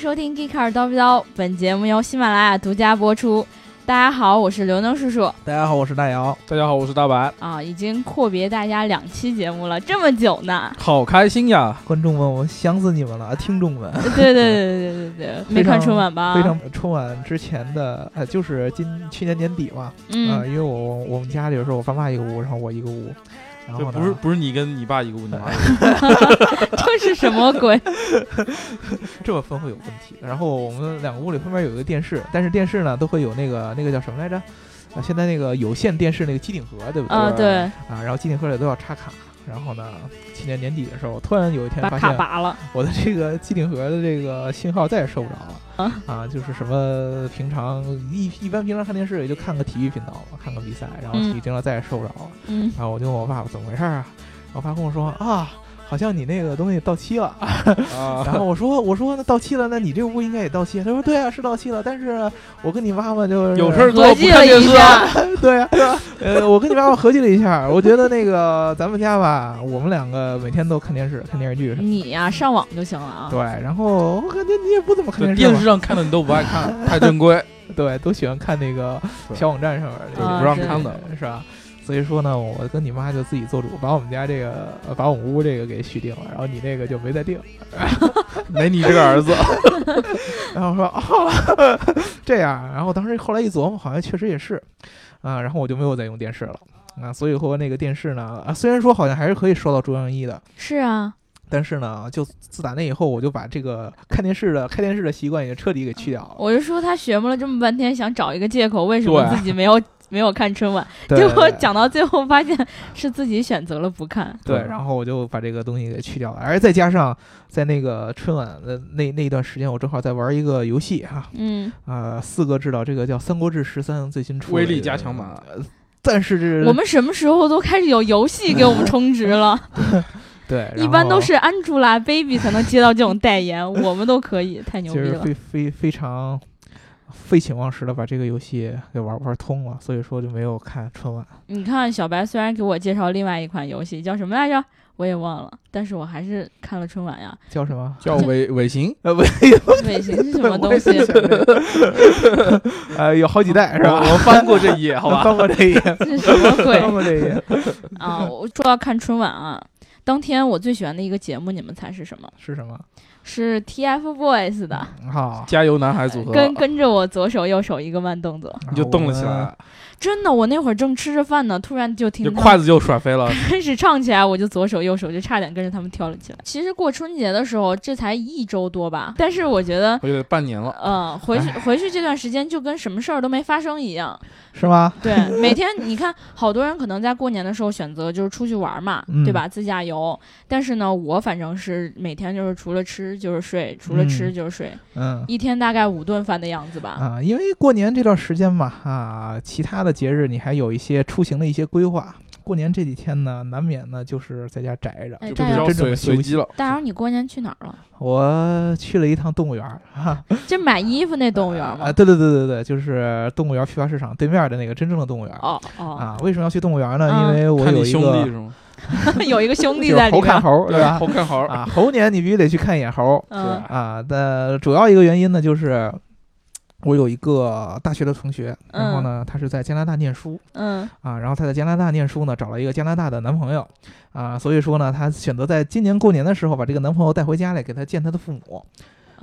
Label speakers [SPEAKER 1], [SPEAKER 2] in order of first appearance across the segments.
[SPEAKER 1] 收听《g e e k a r 叨逼叨》，本节目由喜马拉雅独家播出。大家好，我是刘能叔叔
[SPEAKER 2] 大家好，我是大姚，
[SPEAKER 3] 大家好，我是大白，
[SPEAKER 1] 啊，已经阔别大家两期节目了，这么久 呢？
[SPEAKER 3] 好开心呀！
[SPEAKER 2] 观众们，我想死你们
[SPEAKER 1] 啊
[SPEAKER 2] 了，听众们。
[SPEAKER 1] 对对对对对对对，没看春晚吧？
[SPEAKER 2] 嗯非常春晚之前的，呃，就是今去年年底嘛，啊、
[SPEAKER 1] 嗯，
[SPEAKER 2] 因为我我们家里有时候我爸妈一个屋，然后我一个屋，然
[SPEAKER 3] 这
[SPEAKER 2] 后呢，哎
[SPEAKER 3] 不是不是你跟你爸一个屋，你妈一个屋
[SPEAKER 1] 这是什么鬼？
[SPEAKER 2] 这么分会有问题。然后我们两个屋里分别有一个电视，但是电视呢都会有那个那个叫什么来着？啊，现在那个有线电视那个机顶盒，对不对？
[SPEAKER 1] 啊，对，
[SPEAKER 2] 啊，然后机顶盒里都要插卡。然后呢，去年年底的时候，突然有一天
[SPEAKER 1] 把
[SPEAKER 2] 发
[SPEAKER 1] 卡
[SPEAKER 2] 现
[SPEAKER 1] 拔了。
[SPEAKER 2] 我的这个机顶盒的这个信号再也受不着了
[SPEAKER 1] 啊
[SPEAKER 2] 啊！就是什么平常一一般平常看电视也就看个体育频道嘛，看个比赛，然后
[SPEAKER 3] 嗯
[SPEAKER 2] 体育频道再也受不着了。
[SPEAKER 1] 嗯，
[SPEAKER 2] 然后我就问我爸爸怎么回事儿啊？我爸跟我说啊，好像你那个东西到期 了。然
[SPEAKER 3] 啊
[SPEAKER 2] 后我说我说那到期了，那你这屋应该也到期。他说对啊，是到期了，但是我跟你妈妈就是
[SPEAKER 3] 有事儿做
[SPEAKER 1] 合
[SPEAKER 3] 不
[SPEAKER 1] 计
[SPEAKER 3] 看
[SPEAKER 1] 了
[SPEAKER 3] 电
[SPEAKER 1] 一
[SPEAKER 3] 视啊，
[SPEAKER 1] 下，
[SPEAKER 2] 对啊，呃，我跟你妈妈合计了一下，我觉得那个咱们家吧，我们两个每天都看电视、看电视剧什么的。
[SPEAKER 1] 你呀、上网就行了啊。
[SPEAKER 2] 对，然后我感觉你也不怎么看
[SPEAKER 3] 对
[SPEAKER 2] 电视吧，
[SPEAKER 3] 嗯电视上看的你都不爱看，太正规。
[SPEAKER 2] 对，都喜欢看那个
[SPEAKER 3] 对
[SPEAKER 2] 小网站上面
[SPEAKER 1] 啊
[SPEAKER 2] 的这
[SPEAKER 1] 不
[SPEAKER 2] 些
[SPEAKER 1] 让
[SPEAKER 2] 东西
[SPEAKER 3] 看的
[SPEAKER 2] 是吧？所以说呢，我跟你妈就自己做主，把我们家这个，呃把我们屋这个给续订了，然后你那个就没再订。
[SPEAKER 3] 没你这个儿子，
[SPEAKER 2] 然后我说哦， 这样。然后当时后来一琢磨，好像确实也是，啊，然后我就没有再用电视了。啊，所以说那个电视呢，啊，虽然说好像还是可以收到中央一的，
[SPEAKER 1] 是啊，
[SPEAKER 2] 但是呢，就自打那以后，我就把这个看电视的开电视的习惯也彻底给去掉了。
[SPEAKER 1] 我就说他学摸了这么半天，想找一个借口，为什么
[SPEAKER 2] 对
[SPEAKER 1] 自己没有没有看春晚？
[SPEAKER 2] 对
[SPEAKER 1] 结
[SPEAKER 2] 对
[SPEAKER 1] 果
[SPEAKER 2] 对
[SPEAKER 1] 讲到最后，发现是自己选择了不看。
[SPEAKER 2] 对，
[SPEAKER 3] 对
[SPEAKER 2] 然后我就把这个东西给去掉了，而再加上在那个春晚的那那一段时间，我正好在玩一个游戏哈、
[SPEAKER 1] 嗯，
[SPEAKER 2] 呃，四个知道这个叫《三国志十三》，最新出的
[SPEAKER 3] 威
[SPEAKER 2] 这个
[SPEAKER 3] 力
[SPEAKER 2] 呃
[SPEAKER 3] 加强版，
[SPEAKER 2] 但是这
[SPEAKER 1] 我们什么时候都开始有游戏给我们充值了？
[SPEAKER 2] 对，
[SPEAKER 1] 一般都
[SPEAKER 2] 然后
[SPEAKER 1] 是 Angelababy 才能接到这种代 言，我们都可以，太牛逼
[SPEAKER 2] 就是
[SPEAKER 1] 了。
[SPEAKER 2] 非非非常废寝忘食的把这个游戏给玩玩通了，所以说就没有看春晚。
[SPEAKER 1] 你看，小白虽然给我介绍另外一款游戏叫什么来着，我也忘了，但是我还是看了春晚 呀。
[SPEAKER 2] 叫什么？
[SPEAKER 3] 叫尾尾行，
[SPEAKER 2] 呃，不，
[SPEAKER 1] 尾行是什么东西
[SPEAKER 2] 我也？想这个 呃，有好几代是
[SPEAKER 3] 我
[SPEAKER 2] 吧？
[SPEAKER 3] 我翻过这一页，好吧？
[SPEAKER 2] 翻过这一页，
[SPEAKER 1] 这是什么鬼？
[SPEAKER 2] 翻过这一页，
[SPEAKER 1] 啊，我说到看春晚啊，当天我最喜欢的一个节目，你们猜是什么？
[SPEAKER 2] 是什么？
[SPEAKER 1] 是 TFBOYS 的，
[SPEAKER 2] 好，
[SPEAKER 3] 加油男孩组合，啊
[SPEAKER 1] 跟跟着我左手右手一个慢动作。
[SPEAKER 3] 你就动了起来，
[SPEAKER 1] 真的，我那会儿正吃着饭呢，突然就
[SPEAKER 3] 就
[SPEAKER 1] 听
[SPEAKER 3] 筷
[SPEAKER 1] 他
[SPEAKER 3] 子就甩飞 了。
[SPEAKER 1] 开始唱起来，我就左手右手就差点跟着他们跳了起来。其实过春节的时候，这才一周多吧，但是我觉得。
[SPEAKER 3] 我觉得半年了，
[SPEAKER 1] 呃，回去
[SPEAKER 2] 哎
[SPEAKER 1] 回去这段时间就跟什么事儿都没发生一样。
[SPEAKER 2] 是吗？
[SPEAKER 1] 对，每天你看，好多人可能在过年的时候选择就是出去玩嘛，
[SPEAKER 2] 嗯
[SPEAKER 1] 对吧？自驾游。但是呢，我反正是每天就是除了吃就是睡，除了吃
[SPEAKER 2] 嗯
[SPEAKER 1] 就是睡，
[SPEAKER 2] 嗯
[SPEAKER 1] 一天大概五顿饭的样子吧。
[SPEAKER 2] 啊，因为过年这段时间嘛，啊，其他的节日你还有一些出行的一些规划。过年这几天呢，难免呢就是在家宅着。
[SPEAKER 1] 哎
[SPEAKER 3] 就比
[SPEAKER 1] 大姚
[SPEAKER 3] 较
[SPEAKER 2] 真正
[SPEAKER 3] 随
[SPEAKER 2] 的
[SPEAKER 3] 随机了。
[SPEAKER 1] 大姚，你过年去哪儿了？
[SPEAKER 2] 我去了一趟动物园儿，哈、
[SPEAKER 1] 就买衣服那动物园吗？
[SPEAKER 2] 啊，对对对对对，就是动物园批发市场对面的那个真正的动物园。
[SPEAKER 1] 哦哦，
[SPEAKER 2] 啊，为什么要去动物园呢？
[SPEAKER 1] 嗯
[SPEAKER 2] 因为我
[SPEAKER 3] 看
[SPEAKER 2] 有
[SPEAKER 3] 你
[SPEAKER 2] 一
[SPEAKER 3] 兄
[SPEAKER 2] 个
[SPEAKER 3] 弟是吗？
[SPEAKER 1] 有一个兄弟
[SPEAKER 2] 就是
[SPEAKER 1] 在里
[SPEAKER 2] 猴
[SPEAKER 1] 面。
[SPEAKER 2] 看猴，对吧
[SPEAKER 3] 好？看猴，
[SPEAKER 2] 啊，猴年你必须得去看一眼猴
[SPEAKER 1] 嗯
[SPEAKER 2] 啊。但主要一个原因呢，就是我有一个大学的同学，然后呢，他是在加拿大念书，
[SPEAKER 1] 嗯，
[SPEAKER 2] 啊，然后她在加拿大念书呢，找了一个加拿大的男朋友，啊，所以说呢，她选择在今年过年的时候把这个男朋友带回家来，给她见她的父母。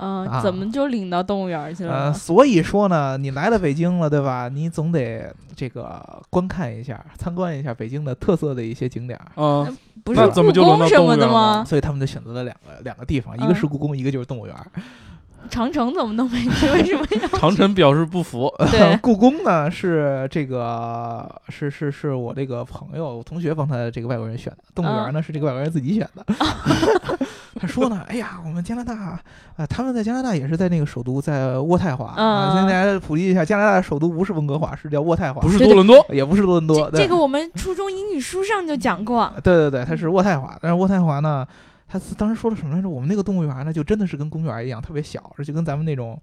[SPEAKER 1] 嗯，
[SPEAKER 2] 啊
[SPEAKER 1] 怎么就领到动物园去了
[SPEAKER 2] 呃，
[SPEAKER 3] 啊
[SPEAKER 1] 呢？
[SPEAKER 2] 所以说呢，你来了北京了，对吧？你总得这个观看一下，参观一下北京的特色的一些景点儿。
[SPEAKER 3] 嗯，
[SPEAKER 1] 不是
[SPEAKER 3] 那怎
[SPEAKER 1] 故
[SPEAKER 3] 么就
[SPEAKER 1] 宫
[SPEAKER 3] 轮到
[SPEAKER 1] 什
[SPEAKER 3] 动物
[SPEAKER 1] 么
[SPEAKER 3] 园
[SPEAKER 1] 的
[SPEAKER 3] 了
[SPEAKER 1] 吗？
[SPEAKER 2] 所以他们就选择了两个两个地方，一个是故宫，一个就是动物园儿。，
[SPEAKER 1] 长城怎么都没去？为什么
[SPEAKER 3] 长城表示不服，
[SPEAKER 1] 要？对
[SPEAKER 2] 故宫呢是这个是是是我这个朋友我同学帮他这个外国人选的，动物
[SPEAKER 1] 嗯
[SPEAKER 2] 园呢、是这个外国人自己选 的。他说呢，哎呀，我们加拿大啊、呃他们在加拿大也是在那个首都在渥太华、啊，
[SPEAKER 1] 嗯
[SPEAKER 2] 先给大家普及一下，加拿大的首都不是温哥华，是叫渥太华，
[SPEAKER 3] 不是
[SPEAKER 1] 对
[SPEAKER 3] 多伦多，
[SPEAKER 2] 也不是多伦多
[SPEAKER 1] 这，
[SPEAKER 2] 对
[SPEAKER 1] 这个我们初中英语书上就讲过。
[SPEAKER 2] 对对对，它是渥太华，但是渥太华呢。他当时说了什么来着？我们那个动物园呢，就真的是跟公园一样，特别小，就跟咱们那种，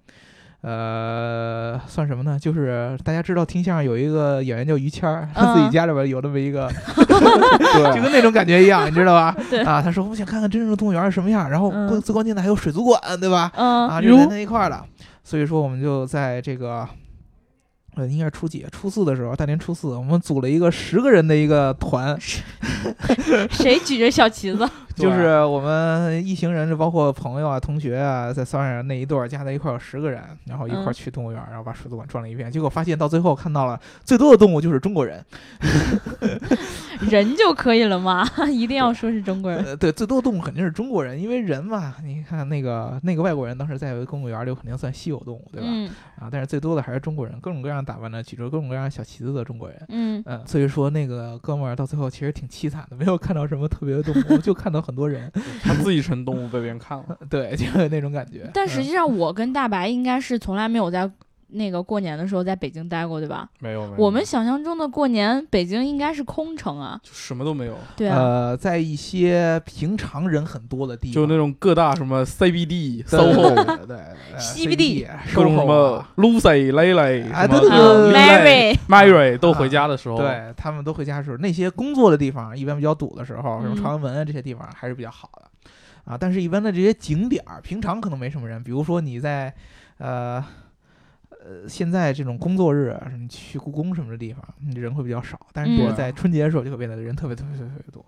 [SPEAKER 2] 呃，算什么呢？就是大家知道听相声有一个演员叫于谦儿，他自己
[SPEAKER 1] 嗯
[SPEAKER 2] 家里边有那么 一个，就
[SPEAKER 3] 对，
[SPEAKER 2] 跟那种感觉一样，你知道吧？
[SPEAKER 1] 对
[SPEAKER 2] 啊，他说我想看看真正的动物园是什么样，然后
[SPEAKER 1] 嗯
[SPEAKER 2] 关最关键的还有水族馆，对吧？
[SPEAKER 1] 嗯
[SPEAKER 2] 啊，
[SPEAKER 3] 哟
[SPEAKER 2] 就在那一块儿了。所以说，我们就在这个，呃，应该是初几？初四的时候，大年初四，我们组了一个十个人的一个团，
[SPEAKER 1] 谁举着小旗 子？
[SPEAKER 3] 对
[SPEAKER 2] 就是我们一行人，就包括朋友啊、同学啊，再算上那一对儿加在一块儿有十个人，然后一块儿
[SPEAKER 1] 嗯
[SPEAKER 2] 去动物园，然后把水族馆转了一遍。结果发现到最后看到了最多的动物就是中国人，
[SPEAKER 1] 人就可以了吗？ 一定要说是中国人？
[SPEAKER 2] 呃，对，最多的动物肯定是中国人，因为人嘛，你看那个那个外国人当时在公务园里肯定算稀有动物，对吧？
[SPEAKER 1] 嗯
[SPEAKER 2] 啊，但是最多的还是中国人，各种各样打扮的，举着各种各样小旗子的中 国人。
[SPEAKER 1] 嗯
[SPEAKER 2] 嗯，所以说那个哥们儿到最后其实挺凄惨的，没有看到什么特别的动物，就看到很多人，
[SPEAKER 3] 他自己成动物被别人看了，
[SPEAKER 2] 对，就是那种感觉。
[SPEAKER 1] 但
[SPEAKER 3] 啊
[SPEAKER 1] 实际上，我跟大白应该是从来没有在那个过年的时候在北京待过，对吧？
[SPEAKER 3] 没有没有，
[SPEAKER 1] 我们想象中的过年，北京应该是空城啊，
[SPEAKER 3] 就什么都没有，
[SPEAKER 1] 对
[SPEAKER 2] 嗯、
[SPEAKER 1] 啊，
[SPEAKER 2] 呃，在一些平常人很多的地方，
[SPEAKER 3] 就那种各大什么
[SPEAKER 2] 对
[SPEAKER 3] CBD、
[SPEAKER 2] 对对
[SPEAKER 3] SOHO
[SPEAKER 2] 对对对 呃
[SPEAKER 1] CBD
[SPEAKER 3] 各种什
[SPEAKER 2] SOHO
[SPEAKER 3] 么
[SPEAKER 2] 啊
[SPEAKER 3] Lucy、l a l y
[SPEAKER 2] 哎
[SPEAKER 3] 什
[SPEAKER 2] 对对
[SPEAKER 3] 么啊
[SPEAKER 2] 对啊
[SPEAKER 1] Mary
[SPEAKER 3] Mary 都回家的时候，
[SPEAKER 2] 对他们都回家的时候，那些工作的地方一般比较堵的时候，什么
[SPEAKER 1] 嗯
[SPEAKER 2] 朝阳门啊这些地方还是比较好的，啊，但是一般的这些景点儿，平常可能没什么人，比如说你在，呃。呃，现在这种工作日啊，你去故宫什么的地方，你人会比较少。但是
[SPEAKER 1] 嗯
[SPEAKER 2] 比
[SPEAKER 3] 啊
[SPEAKER 2] 如在春节的时候，就会变得人特别特别特别特别多。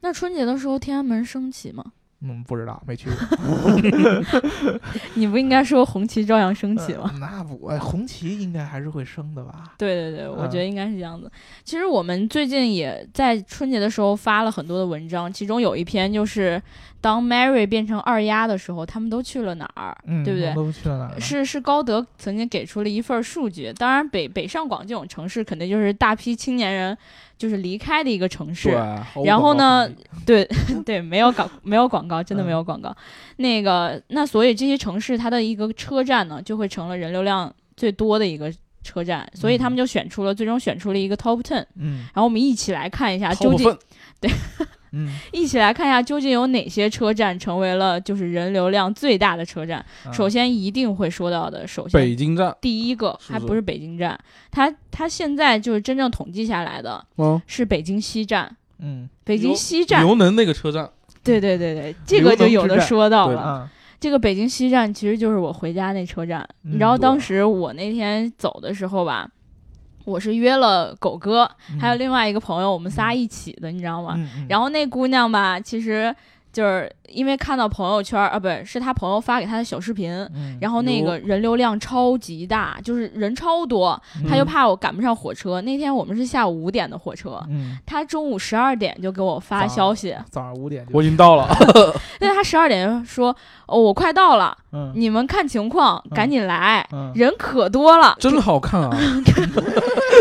[SPEAKER 1] 那春节的时候天安门升旗吗？
[SPEAKER 2] 嗯，不知道，没去过。
[SPEAKER 1] 你不应该说红旗照样升起吗？
[SPEAKER 2] 呃那不，哎红旗应该还是会升的吧？
[SPEAKER 1] 对对对，我
[SPEAKER 2] 嗯
[SPEAKER 1] 觉得应该是这样子。其实我们最近也在春节的时候发了很多的文章，其中有一篇就是当 Mary 变成二丫的时候，他们都去了哪儿，
[SPEAKER 2] 嗯，
[SPEAKER 1] 对不对
[SPEAKER 2] 我？都去了哪儿了？
[SPEAKER 1] 是是高德曾经给出了一份儿数据，当然北北上广这种城市肯定就是大批青年人就是离开的一个城市
[SPEAKER 3] 对，，毫无
[SPEAKER 1] 然后
[SPEAKER 3] 广告
[SPEAKER 1] 呢
[SPEAKER 3] 能力，
[SPEAKER 1] 对对，没有广没有广告，真的
[SPEAKER 2] 嗯
[SPEAKER 1] 没有广告。那个那所以这些城市它的一个车站呢，就会成了人流量最多的一个车站，所以他们
[SPEAKER 3] 嗯
[SPEAKER 1] 就选出了最终选出了一个 top ten，
[SPEAKER 2] 嗯
[SPEAKER 1] 然后我们一起来看一下
[SPEAKER 3] 掏
[SPEAKER 1] 究
[SPEAKER 3] 粪
[SPEAKER 1] 竟，
[SPEAKER 2] 嗯，
[SPEAKER 1] 一起来看一下究竟有哪些车站成为了就是人流量最大的车站。
[SPEAKER 2] 嗯
[SPEAKER 1] 首先一定会说到的，首先
[SPEAKER 3] 北京站，
[SPEAKER 1] 第一个还
[SPEAKER 3] 是不是
[SPEAKER 1] 不是北京站，它它现在就是真正统计下来的
[SPEAKER 3] 嗯，
[SPEAKER 1] 是北京西站。
[SPEAKER 2] 嗯
[SPEAKER 1] 北京
[SPEAKER 3] 牛
[SPEAKER 1] 西站，
[SPEAKER 3] 牛能那个车站，
[SPEAKER 1] 对对对对，这
[SPEAKER 2] 牛
[SPEAKER 1] 个就
[SPEAKER 2] 能
[SPEAKER 1] 有
[SPEAKER 2] 之
[SPEAKER 1] 的
[SPEAKER 2] 战
[SPEAKER 1] 说到
[SPEAKER 3] 对
[SPEAKER 1] 了。
[SPEAKER 2] 啊，
[SPEAKER 1] 这个北京西站其实就是我回家那车站。
[SPEAKER 2] 嗯
[SPEAKER 1] 你知道
[SPEAKER 3] 对
[SPEAKER 1] 当时我那天走的时候吧，我是约了狗哥，
[SPEAKER 2] 嗯
[SPEAKER 1] 还有另外一个朋友，我们仨一起的，你知道吗？
[SPEAKER 2] 嗯嗯
[SPEAKER 1] 然后那姑娘吧，其实就是因为看到朋友圈啊，不是是她朋友发给她的小视频。
[SPEAKER 2] 嗯
[SPEAKER 1] 然后那
[SPEAKER 3] 哟
[SPEAKER 1] 个人流量超级大，就是人超多，她
[SPEAKER 2] 嗯
[SPEAKER 1] 就怕我赶不上火车。那天我们是下午五点的火车，
[SPEAKER 2] 嗯，
[SPEAKER 1] 她中午十二点就给我发
[SPEAKER 2] 早
[SPEAKER 1] 消息，
[SPEAKER 2] 早上五点就
[SPEAKER 3] 我已经 到了，
[SPEAKER 1] 但她十二点就说：“哦，我快到了，
[SPEAKER 2] 嗯
[SPEAKER 1] 你们看情况，赶紧来，
[SPEAKER 2] 嗯
[SPEAKER 1] 人可多了，
[SPEAKER 3] 真好看啊！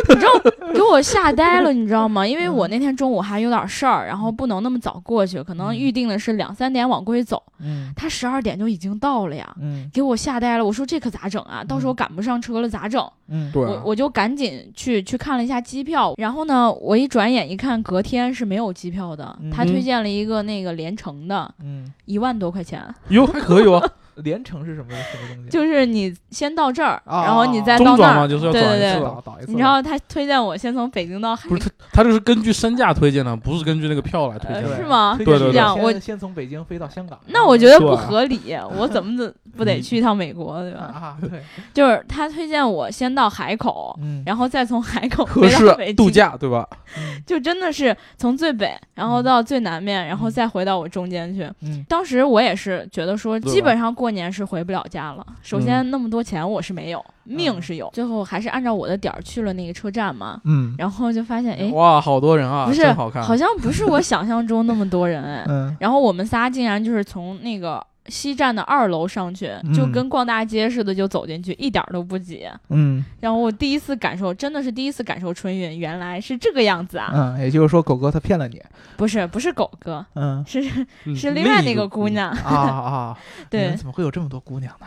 [SPEAKER 1] 你知道给我吓呆 了，你知道吗？因
[SPEAKER 3] 嗯
[SPEAKER 1] 为我那天中午还有点事儿，然后不能那么早过去，可能
[SPEAKER 2] 嗯
[SPEAKER 1] 预定的是两三点往过去走，
[SPEAKER 2] 嗯
[SPEAKER 1] 他十二点就已经到了呀。
[SPEAKER 2] 嗯
[SPEAKER 1] 给我吓呆了，我说这可咋整啊？到时候赶不上车了咋整？
[SPEAKER 2] 嗯
[SPEAKER 3] 嗯对
[SPEAKER 1] 我
[SPEAKER 3] 啊，
[SPEAKER 1] 我就赶紧去去看了一下机票，然后呢，我一转眼一看，隔天是没有机票的，他
[SPEAKER 3] 嗯
[SPEAKER 1] 推荐了一个那个连城的，
[SPEAKER 2] 嗯，
[SPEAKER 1] 一万多块钱，
[SPEAKER 3] 哟还 可以哦，
[SPEAKER 2] 连城是什么什么东西？啊
[SPEAKER 1] 就是你先到这儿，
[SPEAKER 2] 哦
[SPEAKER 1] 然后你再
[SPEAKER 3] 啊中
[SPEAKER 1] 到那
[SPEAKER 3] 转
[SPEAKER 1] 儿
[SPEAKER 3] 嘛，，就是要
[SPEAKER 1] 对
[SPEAKER 3] 转
[SPEAKER 1] 对
[SPEAKER 3] 一
[SPEAKER 1] 对
[SPEAKER 3] 次
[SPEAKER 2] 倒
[SPEAKER 3] 了。
[SPEAKER 2] 倒一次，
[SPEAKER 1] 你知道他推荐我先从北京到海
[SPEAKER 3] 不是他，他这是根据身价推荐的，不是根据那个票来推荐
[SPEAKER 1] 呃
[SPEAKER 3] 的。
[SPEAKER 1] 是吗
[SPEAKER 2] 推荐
[SPEAKER 3] 对对
[SPEAKER 2] 是
[SPEAKER 3] 对
[SPEAKER 2] 这样
[SPEAKER 1] 我
[SPEAKER 2] 先先从北京飞到香港，
[SPEAKER 1] 那我觉得
[SPEAKER 3] 对
[SPEAKER 1] 不
[SPEAKER 3] 啊嗯
[SPEAKER 1] 合理，我怎么怎不得去一趟美国，对吧？
[SPEAKER 2] 啊对，
[SPEAKER 1] 就是他推荐我先到海口，
[SPEAKER 2] 嗯
[SPEAKER 1] 然后再从海口
[SPEAKER 3] 合
[SPEAKER 1] 回到北京
[SPEAKER 3] 适度，假对吧？
[SPEAKER 2] 嗯
[SPEAKER 1] 就真的是从最北，然后
[SPEAKER 2] 嗯
[SPEAKER 1] 到最南面，然后
[SPEAKER 2] 嗯
[SPEAKER 1] 再回到我中间去。
[SPEAKER 2] 嗯
[SPEAKER 1] 当时我也是觉得说，
[SPEAKER 3] 对吧嗯
[SPEAKER 1] 基本上过年是回不了家了。首先，那么多钱我是没有，命是有。最后还是按照我的点儿去了那个车站嘛，
[SPEAKER 2] 嗯
[SPEAKER 1] 然后就发现，哎，
[SPEAKER 3] 哇，好多人啊，
[SPEAKER 1] 不是，
[SPEAKER 3] 真好看。
[SPEAKER 1] 好像不是我想象中那么多人，哎，
[SPEAKER 2] 嗯
[SPEAKER 1] 然后我们仨竟然就是从那个西站的二楼上去，就
[SPEAKER 2] 嗯
[SPEAKER 1] 跟逛大街似的，就走进去，一点儿都不挤。
[SPEAKER 2] 嗯
[SPEAKER 1] 然后我第一次感受，真的是第一次感受春运，原来是这个样子啊！
[SPEAKER 2] 嗯，也就是说狗哥他骗了你，
[SPEAKER 1] 不是，不是狗哥，
[SPEAKER 2] 嗯
[SPEAKER 1] 是
[SPEAKER 3] 嗯
[SPEAKER 1] 是另外那个姑，娘。
[SPEAKER 2] 啊啊，你
[SPEAKER 1] 对啊
[SPEAKER 2] 们，怎么会有这么多姑娘呢？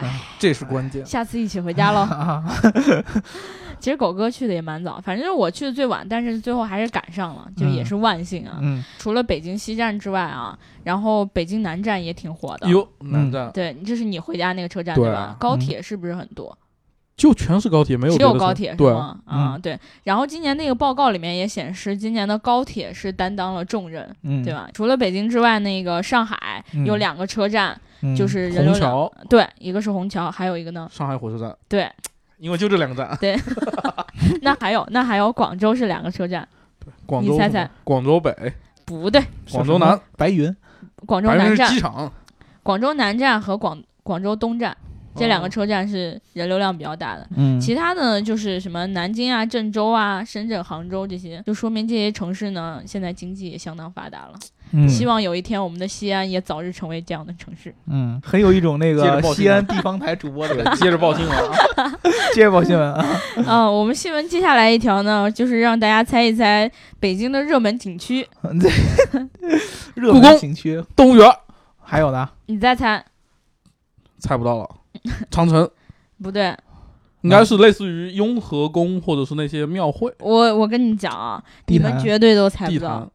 [SPEAKER 3] 另一这是关键。
[SPEAKER 1] 下次一起回家喽。
[SPEAKER 2] 啊，
[SPEAKER 1] 其实狗哥去的也蛮早，反正我去的最晚，但是最后还是赶上了，就也是万幸啊。
[SPEAKER 2] 嗯，
[SPEAKER 1] 除了北京西站之外啊，然后北京南站也挺火的。嗯
[SPEAKER 3] 哟，南站
[SPEAKER 1] 对，这是你回家那个车站
[SPEAKER 3] 对
[SPEAKER 1] 吧？高铁是不是很多？
[SPEAKER 3] 就全是高铁，没有
[SPEAKER 1] 只
[SPEAKER 3] 别的
[SPEAKER 1] 有
[SPEAKER 3] 车
[SPEAKER 1] 高铁是
[SPEAKER 3] 对，嗯
[SPEAKER 1] 吗？啊，对。然后今年那个报告里面也显示，今年的高铁是担当了重任，
[SPEAKER 2] 嗯，
[SPEAKER 1] 对吧？除了北京之外，那个上海
[SPEAKER 2] 嗯
[SPEAKER 1] 有两个车站，
[SPEAKER 2] 嗯？
[SPEAKER 1] 就是人
[SPEAKER 3] 虹
[SPEAKER 1] 流量
[SPEAKER 3] 桥、
[SPEAKER 1] 对，一个是虹桥，还有一个呢，
[SPEAKER 3] 上海火车站，
[SPEAKER 1] 对，
[SPEAKER 3] 因为就这两个站。
[SPEAKER 1] 那还有那还有广州是两个车站，
[SPEAKER 3] 广州
[SPEAKER 1] 你猜
[SPEAKER 3] 什么
[SPEAKER 1] 猜
[SPEAKER 3] 广州北、
[SPEAKER 1] 不对，
[SPEAKER 2] 小
[SPEAKER 3] 广
[SPEAKER 2] 什
[SPEAKER 3] 州
[SPEAKER 2] 么
[SPEAKER 3] 南、
[SPEAKER 2] 白云，
[SPEAKER 1] 广州
[SPEAKER 3] 白云
[SPEAKER 1] 南
[SPEAKER 3] 是
[SPEAKER 1] 站
[SPEAKER 3] 机、场，
[SPEAKER 1] 广州南站和广广州东站这两个
[SPEAKER 3] 哦
[SPEAKER 1] 车站是人流量比较大的。
[SPEAKER 2] 嗯
[SPEAKER 1] 其他的就是什么南京啊、郑州啊、深圳、杭州这些，就说明这些城市呢，现在经济也相当发达了。希望有一天我们的西安也早日成为这样的城市。
[SPEAKER 2] 嗯，很有一种那
[SPEAKER 3] 接着
[SPEAKER 2] 个
[SPEAKER 3] 报新
[SPEAKER 2] 西
[SPEAKER 3] 闻
[SPEAKER 2] 安地方台主播的
[SPEAKER 3] 对
[SPEAKER 2] 感，觉。
[SPEAKER 3] 接着报新闻 啊。
[SPEAKER 2] 接着报新闻啊，
[SPEAKER 1] 嗯、我们新闻接下来一条呢，就是让大家猜一猜北京的热门景区。
[SPEAKER 2] 对，热
[SPEAKER 3] 故
[SPEAKER 2] 门
[SPEAKER 3] 宫
[SPEAKER 2] 景区
[SPEAKER 3] 动物园儿
[SPEAKER 2] 还有呢，
[SPEAKER 1] 你再猜，
[SPEAKER 3] 猜不到了，长城
[SPEAKER 1] 不对，
[SPEAKER 3] 应该是类似于雍和宫或者是那些庙会、
[SPEAKER 1] 我我跟你讲啊，
[SPEAKER 2] 地
[SPEAKER 1] 你
[SPEAKER 2] 坛
[SPEAKER 1] 们绝对都猜
[SPEAKER 3] 地
[SPEAKER 1] 不到
[SPEAKER 3] 坛。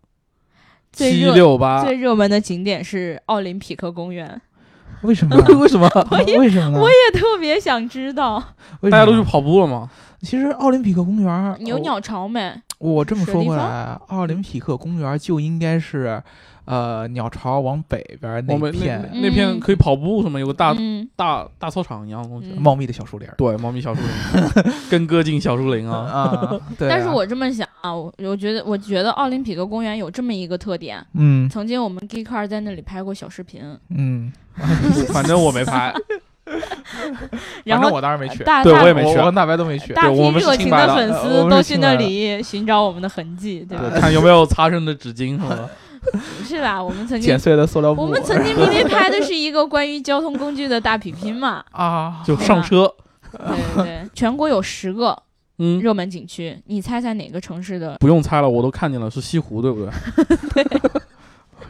[SPEAKER 1] 最
[SPEAKER 3] 七
[SPEAKER 1] 热
[SPEAKER 3] 六
[SPEAKER 2] 啊
[SPEAKER 3] 八，
[SPEAKER 1] 最热门的景点是奥林匹克公园，
[SPEAKER 2] 为什么？
[SPEAKER 3] 为什么
[SPEAKER 2] 为什么呢？
[SPEAKER 1] 我也特别想知道
[SPEAKER 2] 为
[SPEAKER 3] 大家
[SPEAKER 2] 什
[SPEAKER 3] 都去
[SPEAKER 2] 么
[SPEAKER 3] 跑步了吗？
[SPEAKER 2] 其实奥林匹克公园儿
[SPEAKER 1] 有鸟巢没？
[SPEAKER 2] 我这么
[SPEAKER 1] 水
[SPEAKER 2] 说
[SPEAKER 1] 立
[SPEAKER 2] 过
[SPEAKER 1] 方
[SPEAKER 2] 来，奥林匹克公园就应该是，呃，鸟巢往北边儿
[SPEAKER 3] 我
[SPEAKER 2] 那
[SPEAKER 3] 们那
[SPEAKER 2] 片
[SPEAKER 3] 那那片
[SPEAKER 1] 嗯
[SPEAKER 3] 可以跑步什么，有个大
[SPEAKER 1] 嗯，
[SPEAKER 3] 大大操场一样的东西
[SPEAKER 1] 嗯。
[SPEAKER 2] 茂密的小树林儿
[SPEAKER 3] 对，猫咪小树林， 跟哥进小树林 啊。
[SPEAKER 2] 啊。对啊，
[SPEAKER 1] 但是我这么想啊，我我觉得我觉得奥林匹克公园有这么一个特点，
[SPEAKER 2] 嗯
[SPEAKER 1] 曾经我们 Geek Car 在那里拍过小视频，
[SPEAKER 2] 嗯，
[SPEAKER 3] 反正我没拍，
[SPEAKER 1] 然
[SPEAKER 2] 反正
[SPEAKER 1] 后
[SPEAKER 2] 我当然没去，啊
[SPEAKER 1] 大
[SPEAKER 3] 对
[SPEAKER 1] 大
[SPEAKER 3] 我也没去
[SPEAKER 2] 我跟大白都没去。
[SPEAKER 1] 大
[SPEAKER 3] 对
[SPEAKER 1] 批
[SPEAKER 3] 我们是
[SPEAKER 1] 热
[SPEAKER 3] 清
[SPEAKER 1] 情
[SPEAKER 3] 白
[SPEAKER 1] 的
[SPEAKER 3] 的
[SPEAKER 1] 粉
[SPEAKER 2] 呃
[SPEAKER 1] 丝
[SPEAKER 2] 我们
[SPEAKER 1] 都
[SPEAKER 2] 是
[SPEAKER 1] 去
[SPEAKER 2] 清
[SPEAKER 1] 那
[SPEAKER 2] 白的
[SPEAKER 1] 里寻找我们的痕迹， 对
[SPEAKER 3] 对
[SPEAKER 1] 吧？
[SPEAKER 3] 看有没有擦身的纸巾什么的。
[SPEAKER 1] 不是啊啦，我们曾经
[SPEAKER 2] 剪碎的塑料布，
[SPEAKER 1] 我们曾 经明明拍的是一个关于交通工具的大比拼嘛，
[SPEAKER 2] 啊，
[SPEAKER 3] 就上车，
[SPEAKER 1] 对对对，全国有十个
[SPEAKER 3] 嗯，
[SPEAKER 1] 热门景区，你猜猜哪个城市的？
[SPEAKER 3] 不用猜了，我都看见了，是西湖，对不对？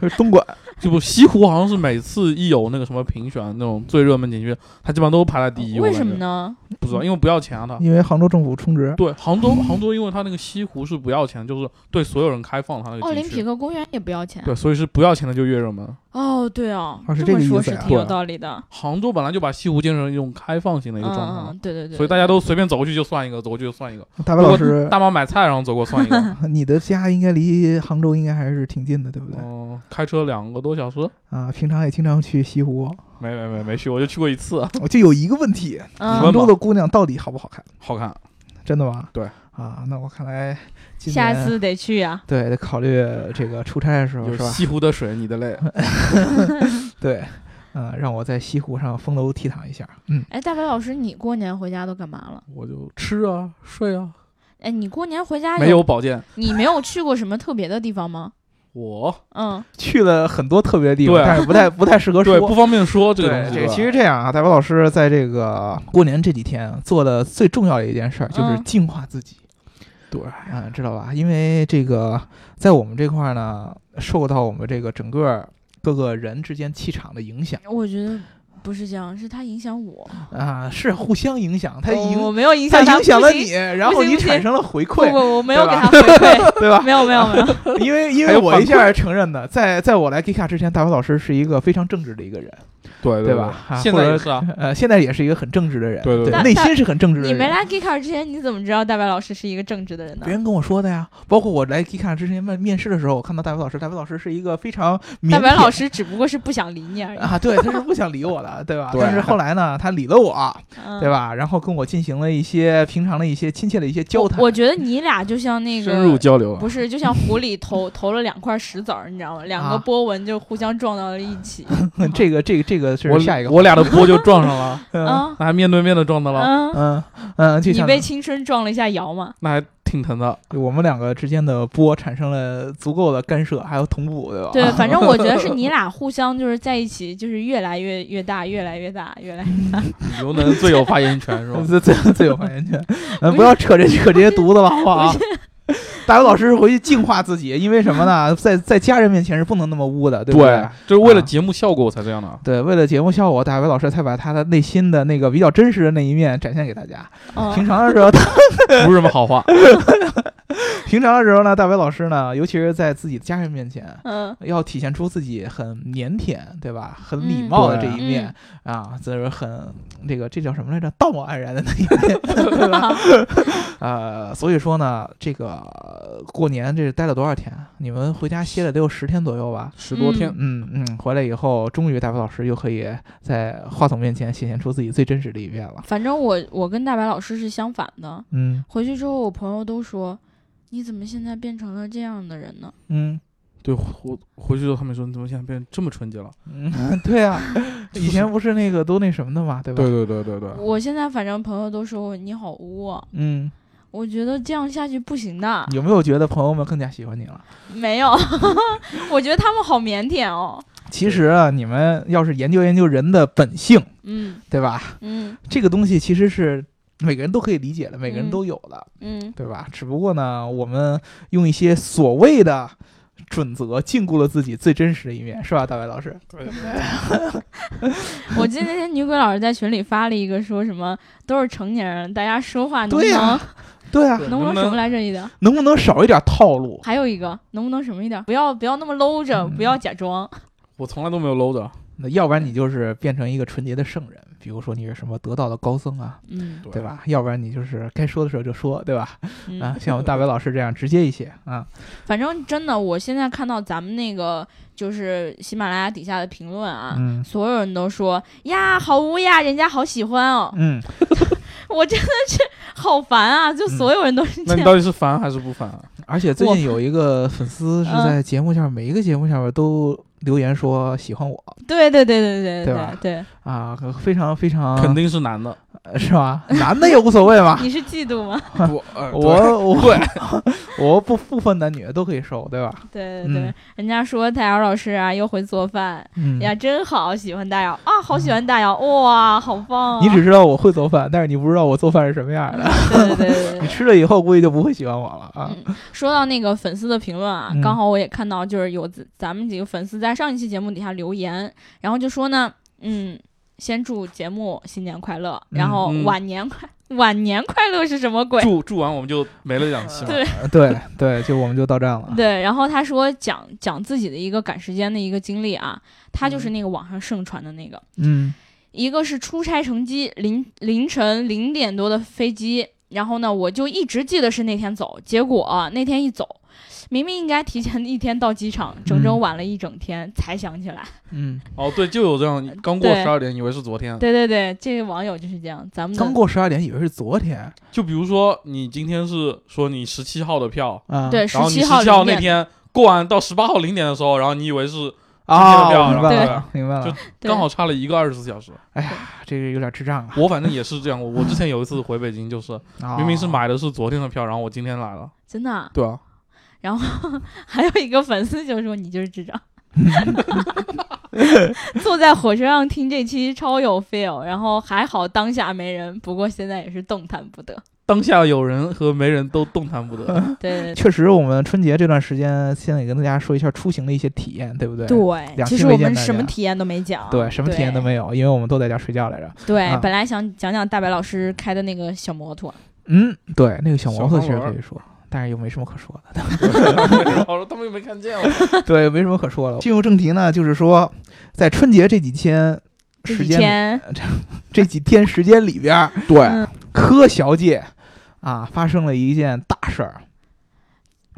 [SPEAKER 2] 就是东莞，
[SPEAKER 3] 就不西湖好像是每次一有那个什么评选那种最热门景区，它基本上都排在第一。
[SPEAKER 1] 为什么
[SPEAKER 3] 呢？
[SPEAKER 1] 呢？
[SPEAKER 3] 不知道，因为不要钱啊，它。
[SPEAKER 2] 因为杭州政府充值。
[SPEAKER 3] 对，杭州，杭州，因为它那个西湖是不要钱，就是对所有人开放，它那个
[SPEAKER 1] 奥林
[SPEAKER 3] 景区
[SPEAKER 1] 匹克公园也不要钱。
[SPEAKER 3] 对，所啊以是不要钱的就越热门。
[SPEAKER 1] 哦，对哦，
[SPEAKER 2] 哦是
[SPEAKER 1] 这么
[SPEAKER 2] 这个意
[SPEAKER 1] 说
[SPEAKER 2] 思
[SPEAKER 1] 是
[SPEAKER 2] 呀
[SPEAKER 1] 挺有
[SPEAKER 3] 对
[SPEAKER 1] 道理的。
[SPEAKER 3] 杭州本来就把西湖建成一种开放型的一
[SPEAKER 1] 嗯
[SPEAKER 3] 个状态
[SPEAKER 1] 嗯
[SPEAKER 3] 嘛，
[SPEAKER 1] 嗯，对对对。
[SPEAKER 3] 所以大家都随便走过去就算一个，走过去就算一个。
[SPEAKER 2] 大白
[SPEAKER 3] 如
[SPEAKER 2] 老
[SPEAKER 3] 果
[SPEAKER 2] 师，
[SPEAKER 3] 大妈买菜然后走过算一 个，
[SPEAKER 2] 你的家应该离杭州应该还是挺近的，对不对？
[SPEAKER 3] 嗯，开车两个多小时，
[SPEAKER 2] 啊，平常也经常去西湖。
[SPEAKER 3] 没没没没去，我就去过一次，啊
[SPEAKER 2] 我就有一个问题，
[SPEAKER 1] 嗯
[SPEAKER 3] 你
[SPEAKER 2] 杭
[SPEAKER 3] 问吧
[SPEAKER 2] 州的姑娘到底好不好看？
[SPEAKER 3] 好看。
[SPEAKER 2] 真的吗？
[SPEAKER 3] 对
[SPEAKER 2] 啊，那我看来今
[SPEAKER 1] 下
[SPEAKER 2] 年
[SPEAKER 1] 次得去呀、
[SPEAKER 2] 对得考虑这个出差的时候
[SPEAKER 3] 有
[SPEAKER 2] 是吧？
[SPEAKER 3] 西湖的水，你的泪。
[SPEAKER 2] 对，嗯，让我在西湖上风流倜傥一下。嗯，
[SPEAKER 1] 哎，大白老师，你过年回家都干嘛了？
[SPEAKER 3] 我就吃啊，睡啊，
[SPEAKER 1] 哎，你过年回家
[SPEAKER 3] 没有保健。
[SPEAKER 1] 你没有去过什么特别的地方吗？
[SPEAKER 3] 我
[SPEAKER 1] 嗯，
[SPEAKER 2] 去了很多特别的地方，
[SPEAKER 3] 对啊
[SPEAKER 2] 但是不太不太适合说。
[SPEAKER 3] 对不方便说这个
[SPEAKER 2] 对
[SPEAKER 3] 东，西。
[SPEAKER 2] 这个
[SPEAKER 3] 对吧
[SPEAKER 2] 其实这样啊，大白老师在这个过年这几天做的最重要的一件事儿就是
[SPEAKER 1] 嗯
[SPEAKER 2] 净化自己。
[SPEAKER 3] 对
[SPEAKER 2] 啊、知道吧？因为这个在我们这块儿呢，受到我们这个整个各个人之间气场的影响
[SPEAKER 1] 我觉得不是这样，是他影响我，
[SPEAKER 2] 啊、是互相影响，它
[SPEAKER 1] 我
[SPEAKER 2] 影、
[SPEAKER 1] 我没有哦影
[SPEAKER 2] 它
[SPEAKER 1] 响他
[SPEAKER 2] 影响
[SPEAKER 1] 不
[SPEAKER 2] 了
[SPEAKER 1] 行
[SPEAKER 2] 你，然
[SPEAKER 1] 不
[SPEAKER 2] 后
[SPEAKER 1] 行
[SPEAKER 2] 你
[SPEAKER 1] 不行
[SPEAKER 2] 产生了回
[SPEAKER 1] 不不，
[SPEAKER 2] 馈，
[SPEAKER 1] 我没有
[SPEAKER 2] 对
[SPEAKER 1] 给
[SPEAKER 2] 吧
[SPEAKER 1] 他回馈，
[SPEAKER 2] 对吧？
[SPEAKER 1] 没有没有没有，
[SPEAKER 2] 因为因
[SPEAKER 3] 还
[SPEAKER 2] 为
[SPEAKER 3] 有
[SPEAKER 2] 我
[SPEAKER 3] 反
[SPEAKER 2] 一下承认的，在在我来 Gika 之前，大白老师是一个非常正直的一个人，
[SPEAKER 3] 对
[SPEAKER 2] 对
[SPEAKER 3] 对
[SPEAKER 2] 吧啊
[SPEAKER 3] 现
[SPEAKER 2] 或
[SPEAKER 3] 在
[SPEAKER 2] 者
[SPEAKER 3] 也是啊，
[SPEAKER 2] 呃，现在也是一个很正直的人，
[SPEAKER 3] 对对
[SPEAKER 1] 对
[SPEAKER 2] 内心是很正直的
[SPEAKER 1] 你
[SPEAKER 2] 人。
[SPEAKER 1] 没来 Geekar 之前，你怎么知道大白老师是一个正直的人呢
[SPEAKER 2] 别？人跟我说的呀，包括我来 Gika 之前面面试的时候，我看到大白老师，大白老师是一个非常腼
[SPEAKER 1] 大白
[SPEAKER 2] 腆
[SPEAKER 1] 老师只不过是不想理你而已，
[SPEAKER 2] 啊，对，他是不想理我的，对吧？
[SPEAKER 3] 对
[SPEAKER 2] 但是后来呢，他理了我，
[SPEAKER 1] 嗯、
[SPEAKER 2] 对？吧？然后跟我进行了一些平常的一些亲切的一些交谈。
[SPEAKER 1] 我觉得你俩就像那
[SPEAKER 3] 深入
[SPEAKER 1] 个。
[SPEAKER 3] 交流啊。
[SPEAKER 1] 不是，就像湖里投投了两块石子儿，你知道吗？两个
[SPEAKER 2] 啊嗯
[SPEAKER 1] 波纹就互相撞到了一 起。
[SPEAKER 2] 这个这个这个是
[SPEAKER 3] 我
[SPEAKER 2] 下一个话
[SPEAKER 3] 我俩的波 就撞上了，
[SPEAKER 2] 嗯
[SPEAKER 1] 啊
[SPEAKER 3] 那还面对面的撞到了，
[SPEAKER 1] 嗯，
[SPEAKER 2] 嗯嗯，就
[SPEAKER 1] 你
[SPEAKER 2] 像
[SPEAKER 1] 被青春撞了一下摇嘛？
[SPEAKER 3] 那还挺疼的。
[SPEAKER 2] 我们两个之间的波产生了足够的干涉，还有同步，对吧？
[SPEAKER 1] 对， 反正我觉得是你俩互相就是在一起，就是越来越越大，越来越大，越 来越大。
[SPEAKER 3] 你又能最有发言权是吧？
[SPEAKER 2] 嗯最最最有发言权，嗯，不要扯这扯这些犊子了，好不好？大刘老师回去净化自己，因为什么呢？在在家人面前是不能那么污的，对不对？
[SPEAKER 3] 对，啊就是为了节目效果我才这样的。啊
[SPEAKER 2] 对为了节目效果，大白老师才把他的内心的那个比较真实的那一面展现给大家。
[SPEAKER 1] 哦
[SPEAKER 2] 平常的时候，
[SPEAKER 3] 不是什么好话。
[SPEAKER 2] 平常的时候呢，大白老师呢，尤其是在自己的家人面前，
[SPEAKER 1] 嗯
[SPEAKER 2] 要体现出自己很腼腆，对吧？很
[SPEAKER 1] 嗯
[SPEAKER 2] 礼貌的这
[SPEAKER 3] 对
[SPEAKER 2] 一面、啊，就是很这个这叫什么来着？道貌岸然的那 一面，对吧？呃，所以说呢，这个呃过年这待了多少天？你们回家歇了得有十天左右吧？
[SPEAKER 3] 十多天，
[SPEAKER 2] 嗯嗯，回来以后，终于大白老师又可以在话筒面前显现出自己最真实的一面了。
[SPEAKER 1] 反正我我跟大白老师是相反的。
[SPEAKER 2] 嗯
[SPEAKER 1] 回去之后，我朋友都说：“你怎么现在变成了这样的人呢
[SPEAKER 2] 嗯
[SPEAKER 3] 对，我回去之后他们说你怎么现在变成这么纯洁了？
[SPEAKER 2] 嗯， 对啊，以前不是那个都那什么的嘛，对吧？
[SPEAKER 3] 对对对对对？”，
[SPEAKER 1] 我现在反正朋友都说我你好污、啊，
[SPEAKER 2] 嗯，
[SPEAKER 1] 我觉得这样下去不行的。
[SPEAKER 2] 有没有觉得朋友们更加喜欢你了？
[SPEAKER 1] 没有， 我觉得他们好腼腆哦。
[SPEAKER 2] 其实啊，你们要是研究研究人的本性，
[SPEAKER 1] 嗯
[SPEAKER 2] 对吧？
[SPEAKER 1] 嗯
[SPEAKER 2] 这个东西其实是每个人都可以理解的，每个人
[SPEAKER 1] 嗯
[SPEAKER 2] 都有的，
[SPEAKER 1] 嗯
[SPEAKER 2] 对吧？只不过呢，我们用一些所谓的准则禁锢了自己最真实的一面，是吧，大白老师？
[SPEAKER 1] 我记得那天女鬼老师在群里发了一个说什么都是成年人，大家说话能不
[SPEAKER 2] 对
[SPEAKER 1] 能、
[SPEAKER 2] 呀对啊，
[SPEAKER 3] 对
[SPEAKER 1] 能不
[SPEAKER 3] 能不
[SPEAKER 1] 什么
[SPEAKER 3] 能
[SPEAKER 1] 来着一点？
[SPEAKER 2] 能不能少一点套路？
[SPEAKER 1] 还有一个能不能什么一点？不要不要那么搂着，
[SPEAKER 2] 嗯
[SPEAKER 1] 不要假装。
[SPEAKER 3] 我从来都没有搂着。
[SPEAKER 2] 那要不然你就是变成一个纯洁的圣人，比如说你是什么得道的高僧啊，
[SPEAKER 1] 嗯
[SPEAKER 2] 对？吧？要不然你就是该说的时候就说，对吧？啊
[SPEAKER 1] 嗯，，
[SPEAKER 2] 像我们大白老师这样直接一些啊，
[SPEAKER 1] 反正真的，我现在看到咱们那个就是喜马拉雅底下的评论啊。
[SPEAKER 2] 嗯
[SPEAKER 1] 所有人都说呀，好污呀，人家好喜欢哦，
[SPEAKER 2] 嗯，
[SPEAKER 1] 我真的是好烦啊！就
[SPEAKER 2] 嗯
[SPEAKER 1] 所有人都是这
[SPEAKER 3] 那你
[SPEAKER 1] 样，
[SPEAKER 3] 到底是烦还是不烦啊？
[SPEAKER 2] 而且最
[SPEAKER 1] 我
[SPEAKER 2] 近有一个粉丝是
[SPEAKER 1] 嗯
[SPEAKER 2] 在节目下面、每一个节目下面都留言说喜欢我
[SPEAKER 1] 对对对对
[SPEAKER 2] 对
[SPEAKER 1] 对
[SPEAKER 2] 吧
[SPEAKER 1] 对，，
[SPEAKER 2] 啊，非常非常
[SPEAKER 3] 肯定是男 的。
[SPEAKER 2] 呃是吧？男的也无所谓嘛
[SPEAKER 1] 你是嫉妒吗？
[SPEAKER 3] 不，呃 对
[SPEAKER 2] 我我我不不分男女都可以收，对吧？
[SPEAKER 1] 对对对，
[SPEAKER 2] 嗯
[SPEAKER 1] 人家说大姚老师啊又会做饭、
[SPEAKER 2] 嗯
[SPEAKER 1] 哎呀，真好，喜欢大姚啊，好喜欢大姚，哇，好棒、啊！
[SPEAKER 2] 嗯你只知道我会做饭，但是你不知道我做饭是什么样的。
[SPEAKER 1] 对对对对
[SPEAKER 2] 你
[SPEAKER 1] 对。
[SPEAKER 2] 吃了以后估计就不会喜欢我了啊。
[SPEAKER 1] 嗯，说到那个粉丝的评论啊，
[SPEAKER 2] 嗯
[SPEAKER 1] 刚好我也看到，就是有自咱们几个粉丝在上一期节目底下留言，然后就说呢，嗯，先祝节目新年快乐，
[SPEAKER 2] 嗯
[SPEAKER 1] 然后
[SPEAKER 3] 嗯
[SPEAKER 1] 晚年快、晚年快乐是什么鬼？
[SPEAKER 3] 住住完我们就没了两期嘛。
[SPEAKER 1] 对
[SPEAKER 2] 呃对对，就我们就到站了。
[SPEAKER 1] 嗯对，然后他说讲讲自己的一个赶时间的一个经历啊，他就是那个网上盛传的那个，
[SPEAKER 2] 嗯
[SPEAKER 1] 一个是出差乘机凌凌晨零点多的飞机，然后呢，我就一直记得是那天走，结果、啊那天一走，明明应该提前一天到机场，整整
[SPEAKER 2] 嗯
[SPEAKER 1] 晚了一整天、才想起来。
[SPEAKER 2] 嗯，
[SPEAKER 3] 哦，对，就有这样，刚过
[SPEAKER 1] 呃对
[SPEAKER 3] 十二点以为是昨天。
[SPEAKER 1] 对对对，这个网友就是这样，咱们的
[SPEAKER 2] 嗯刚过十二点以为是昨天
[SPEAKER 3] 就比如说你今天是说你十七号的票，
[SPEAKER 2] 啊。
[SPEAKER 1] 对十
[SPEAKER 3] 然后你
[SPEAKER 1] 七
[SPEAKER 3] 十
[SPEAKER 1] 号
[SPEAKER 3] 七号
[SPEAKER 1] 零
[SPEAKER 3] 那
[SPEAKER 1] 点
[SPEAKER 3] 天过完到十八号零点的时候，然后你以为是
[SPEAKER 2] 啊，
[SPEAKER 3] 今天的票
[SPEAKER 2] 我明白
[SPEAKER 1] 然
[SPEAKER 3] 后
[SPEAKER 2] 了，明白了
[SPEAKER 3] 就。
[SPEAKER 1] 对
[SPEAKER 3] 刚好差了一个二十四小时。
[SPEAKER 2] 哎呀，这个有点智障啊。
[SPEAKER 3] 我反正也是这样，我我之前有一次回北京就是，
[SPEAKER 2] 啊
[SPEAKER 3] 明明是买的是昨天的票，然后我今天来了。
[SPEAKER 1] 真的啊、
[SPEAKER 3] 对啊，
[SPEAKER 1] 然后还有一个粉丝就说你就是智 障。坐在火车上听这期超有 feel，然后还好当下没人，不过现在也是动弹不得。
[SPEAKER 3] 当下有人和没人都动弹不 得。
[SPEAKER 1] 对对对
[SPEAKER 2] 确实，我们春节这段时间，现在也跟大家说一下出行的一些体验，对不对？
[SPEAKER 1] 对，
[SPEAKER 2] 两
[SPEAKER 1] 其
[SPEAKER 2] 期
[SPEAKER 1] 实
[SPEAKER 2] 没
[SPEAKER 1] 我
[SPEAKER 2] 见
[SPEAKER 1] 们
[SPEAKER 2] 大
[SPEAKER 1] 什么
[SPEAKER 2] 家
[SPEAKER 1] 体验都没讲，
[SPEAKER 2] 对什么体验都没有，因为我们都在家睡觉来着。
[SPEAKER 1] 对，
[SPEAKER 2] 啊
[SPEAKER 1] 本来想讲讲大白老师开的那个小摩托，
[SPEAKER 2] 嗯，对，那个小摩托其实
[SPEAKER 3] 小
[SPEAKER 2] 可
[SPEAKER 3] 黄轮
[SPEAKER 2] 以说，但是又没什么可说的。
[SPEAKER 3] 然后他们又没看见我。
[SPEAKER 2] 对，没什么可说了。进入正题呢，就是说，在春节这几天
[SPEAKER 1] 这
[SPEAKER 2] 时
[SPEAKER 1] 几
[SPEAKER 2] 间，呃
[SPEAKER 1] 天
[SPEAKER 2] 这几天时间里边儿，
[SPEAKER 1] 嗯
[SPEAKER 3] 对，
[SPEAKER 2] 柯小姐啊发生了一件大事儿。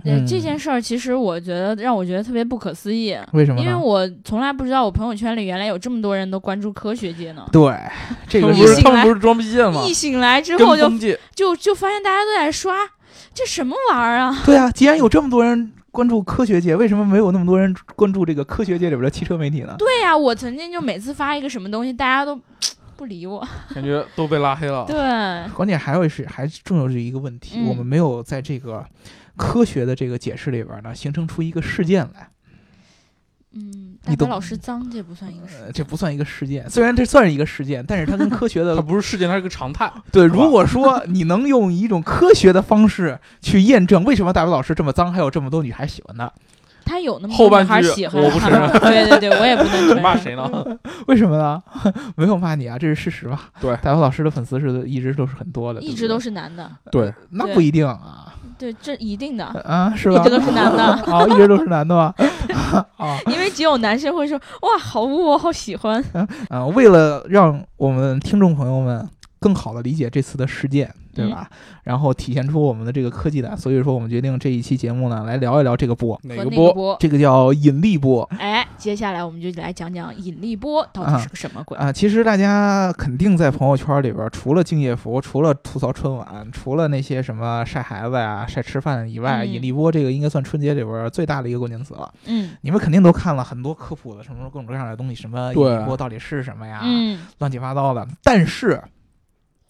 [SPEAKER 1] 呃
[SPEAKER 2] 嗯
[SPEAKER 1] 这件事儿，其实我觉得让我觉得特别不可思议，
[SPEAKER 2] 为什么
[SPEAKER 1] 因为
[SPEAKER 2] 呢？
[SPEAKER 1] 我从来不知道我朋友圈里原来有这么多人都关注科学界呢。
[SPEAKER 2] 对，这
[SPEAKER 3] 他
[SPEAKER 2] 个
[SPEAKER 3] 们
[SPEAKER 1] 一
[SPEAKER 3] 不
[SPEAKER 2] 是
[SPEAKER 3] 是
[SPEAKER 1] 醒
[SPEAKER 3] 他们
[SPEAKER 1] 来
[SPEAKER 3] 不是装逼了吗？
[SPEAKER 1] 一醒来之后
[SPEAKER 3] 跟
[SPEAKER 1] 就
[SPEAKER 3] 风界
[SPEAKER 1] 就就发现大家都在刷这什么玩意儿啊，
[SPEAKER 2] 对啊，既然有这么多人关注科学界，为什么没有那么多人关注这个科学界里边的汽车媒体呢？
[SPEAKER 1] 对呀、我曾经就每次发一个什么东西，大家都不理我。
[SPEAKER 3] 感觉都被拉黑
[SPEAKER 2] 哦
[SPEAKER 3] 了。
[SPEAKER 1] 对，
[SPEAKER 2] 关键还有是，还重有是一个问题，
[SPEAKER 1] 嗯
[SPEAKER 2] 我们没有在这个科学的这个解释里边呢，形成出一个事件来。
[SPEAKER 1] 嗯，代
[SPEAKER 2] 你
[SPEAKER 1] 表
[SPEAKER 2] 懂
[SPEAKER 1] 老师脏，这也不算一个事。
[SPEAKER 2] 呃这不算一个事件，虽然这算是一个事件，但是它跟科学
[SPEAKER 3] 它
[SPEAKER 2] 的
[SPEAKER 3] 不是事件，它是个常态。
[SPEAKER 2] 对。
[SPEAKER 3] 是吧
[SPEAKER 2] 如果说你能用一种科学的方式去验证为什么大伟老师这么脏，还有这么多女孩喜欢他，
[SPEAKER 1] 他有那么
[SPEAKER 3] 后
[SPEAKER 1] 多
[SPEAKER 3] 半
[SPEAKER 1] 女孩
[SPEAKER 3] 句
[SPEAKER 1] 喜欢
[SPEAKER 3] 我不
[SPEAKER 1] 他
[SPEAKER 3] 承
[SPEAKER 1] 吗 对对对，我也不能 承认
[SPEAKER 3] 骂谁呢？
[SPEAKER 2] 为什么呢？ 没有骂你啊，这是事实吧？
[SPEAKER 3] 对
[SPEAKER 2] 大伟老师的粉丝是一直都是很多的，
[SPEAKER 1] 一直都
[SPEAKER 2] 是，
[SPEAKER 1] 是男的，
[SPEAKER 3] 对，
[SPEAKER 2] 那
[SPEAKER 1] 对
[SPEAKER 2] 不一定啊
[SPEAKER 1] 对，这一定的，
[SPEAKER 2] 啊，是
[SPEAKER 1] 一
[SPEAKER 2] 吧
[SPEAKER 1] 直？都是男 的，
[SPEAKER 2] 啊，一直都是男的吗？ 啊，
[SPEAKER 1] 因为只有男生会说哇，好污，哦我好喜欢。
[SPEAKER 2] 啊，为了让我们听众朋友们更好的理解这次的事件，对吧？
[SPEAKER 1] 嗯
[SPEAKER 2] 然后体现出我们的这个科技感，所以说我们决定这一期节目呢，来聊一聊这个波，
[SPEAKER 3] 哪
[SPEAKER 1] 和
[SPEAKER 3] 个
[SPEAKER 1] 那
[SPEAKER 3] 波？
[SPEAKER 1] 波？
[SPEAKER 2] 这个叫引力波。
[SPEAKER 1] 哎，接下来我们就来讲讲引力波到底是个什么鬼。
[SPEAKER 2] 啊，其实大家肯定在朋友圈里边，除了敬业福，除了吐槽春晚，除了那些什么晒孩子呀、晒吃饭以外，
[SPEAKER 1] 嗯
[SPEAKER 2] 引力波这个应该算春节里边最大的一个关键词了。
[SPEAKER 1] 嗯
[SPEAKER 2] 你们肯定都看了很多科普的什么各种各样的东西，什么引
[SPEAKER 3] 对
[SPEAKER 2] 力波到底是什么呀，
[SPEAKER 1] 嗯，
[SPEAKER 2] 乱七八糟的。但是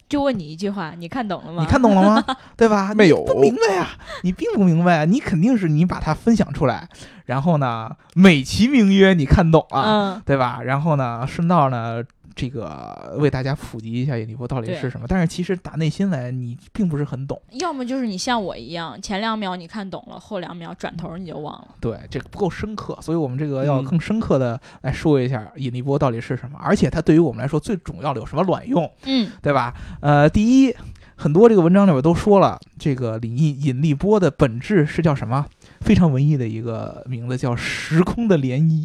[SPEAKER 1] 就问你一句话，你看懂了吗？
[SPEAKER 2] 你看懂了 吗？对吧？
[SPEAKER 3] 没有
[SPEAKER 2] 你不明白呀、你并不明白、啊，你肯定是你把它分享出来，然后呢，美其名曰你看懂了、啊
[SPEAKER 1] 嗯，
[SPEAKER 2] 对吧？然后呢，顺道呢，这个为大家普及一下引力波到底是
[SPEAKER 1] 对
[SPEAKER 2] 什么。但是其实打内心来，你并不是很懂，
[SPEAKER 1] 要么就是你像我一样，前两秒你看懂了，后两秒转头你就忘了。
[SPEAKER 2] 对，这个不够深刻，所以我们这个要
[SPEAKER 3] 嗯
[SPEAKER 2] 更深刻的来说一下引力波到底是什么，而且它对于我们来说最重要的有什么卵用，
[SPEAKER 1] 嗯，
[SPEAKER 2] 对吧？呃，第一。很多这个文章里边都说了，这个引力引力波的本质是叫什么？非常文艺的一个名字叫时空的涟漪。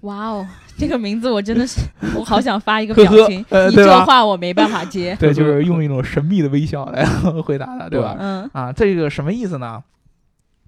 [SPEAKER 1] 哇哦，这个名字我真的 是，我好想发一个
[SPEAKER 2] 呵
[SPEAKER 1] 表
[SPEAKER 2] 呵
[SPEAKER 1] 情。
[SPEAKER 2] 呃
[SPEAKER 1] 你
[SPEAKER 2] 对吧
[SPEAKER 1] 这话我没办法 接。
[SPEAKER 2] 对，就是用一种神秘的微笑来回答他，对吧？
[SPEAKER 1] 嗯
[SPEAKER 2] 啊，这个什么意思呢？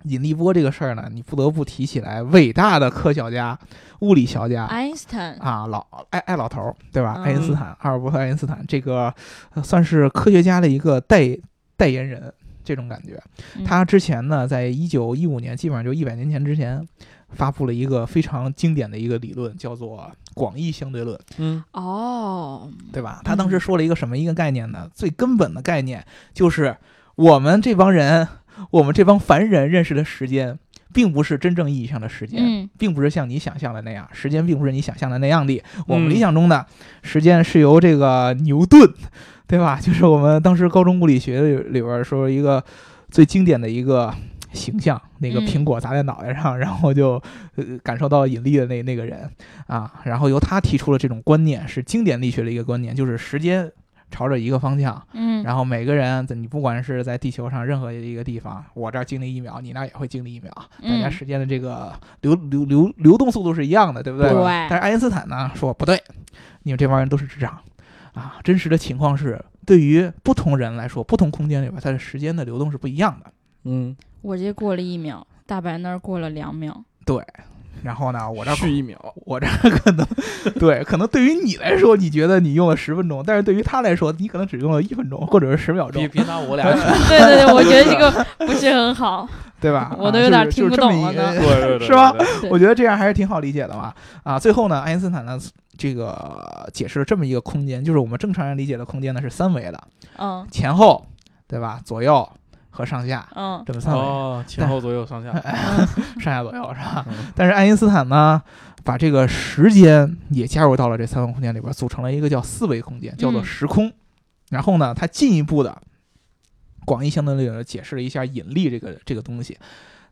[SPEAKER 2] 引力波这个事儿呢，你不得不提起来伟大的科学家、物理学家
[SPEAKER 1] 爱因斯坦，
[SPEAKER 2] 啊，老爱爱老头儿，对吧？
[SPEAKER 1] 哎嗯
[SPEAKER 2] 爱因斯坦，阿尔伯特·爱因斯坦，这个呃算是科学家的一个代代言人，这种感觉。
[SPEAKER 1] 嗯
[SPEAKER 2] 他之前呢，在一九一五年，基本上就一百年前之前，发布了一个非常经典的一个理论，叫做广义相对论。
[SPEAKER 3] 嗯，
[SPEAKER 1] 哦，
[SPEAKER 2] 对吧？他当时说了一个什么一个概念呢？最根本的概念就是我们这帮人，我们这帮凡人认识的时间，并不是真正意义上的时间，
[SPEAKER 1] 嗯
[SPEAKER 2] 并不是像你想象的那样，时间并不是你想象的那样的。我们
[SPEAKER 3] 嗯
[SPEAKER 2] 理想中的时间是由这个牛顿， 对吧？就是我们当时高中物理学里里边说一个最经典的一个。形象，那个
[SPEAKER 1] 嗯
[SPEAKER 2] 苹果砸在脑袋上，然 后就呃感受到引力的那那个人，啊，然后由他提出了这种观念，是经典力学的一个观念，就是时间朝着一个方向，
[SPEAKER 1] 嗯，
[SPEAKER 2] 然后每个人在你不管是在地球上任何一个地方，我这儿经历一秒，你那儿也会经历一秒，大家
[SPEAKER 1] 嗯
[SPEAKER 2] 时间的这个流流流流动速度是一样的，对不对？
[SPEAKER 1] 对
[SPEAKER 2] 但是爱因斯坦呢说不对，你们这帮人都是智障啊！真实的情况是，对于不同人来说，不同空间里边，它的时间的流动是不一样的。
[SPEAKER 3] 嗯，
[SPEAKER 1] 我这过了一秒，大白那儿过了两秒。
[SPEAKER 2] 然后呢，我这儿
[SPEAKER 3] 续一秒，
[SPEAKER 2] 我这儿可能对，可能对于你来说，你觉得你用了十分钟，但是对于他来说，你可能只用了一分钟或者是十秒钟，
[SPEAKER 3] 别别拿 我俩举，
[SPEAKER 1] 对对对，我觉得这 个不是很好。
[SPEAKER 2] 对吧？
[SPEAKER 1] 我都
[SPEAKER 2] 啊
[SPEAKER 1] 有点
[SPEAKER 2] 就是
[SPEAKER 1] 听不
[SPEAKER 2] 就是这么
[SPEAKER 1] 懂了
[SPEAKER 2] 一
[SPEAKER 1] 呢
[SPEAKER 3] 对对对，
[SPEAKER 2] 是吧
[SPEAKER 3] 对？对
[SPEAKER 1] 对
[SPEAKER 2] 我觉得这样还是挺好理解的嘛。啊，最后呢，爱因斯坦呢这个解释了这么一个空间，就是我们正常人理解的空间呢是三维的，
[SPEAKER 1] 嗯
[SPEAKER 2] 前后对吧？左右和上下
[SPEAKER 1] 嗯
[SPEAKER 2] 这么三维，
[SPEAKER 3] 哦，前后左右上下，
[SPEAKER 1] 嗯
[SPEAKER 2] 上下左右是吧？
[SPEAKER 3] 嗯
[SPEAKER 2] 但是爱因斯坦呢，把这个时间也加入到了这三维空间里边，组成了一个叫四维空间，叫做
[SPEAKER 1] 嗯
[SPEAKER 2] 时空。然后呢，他进一步的广义相对论解释了一下引力这个这个东西。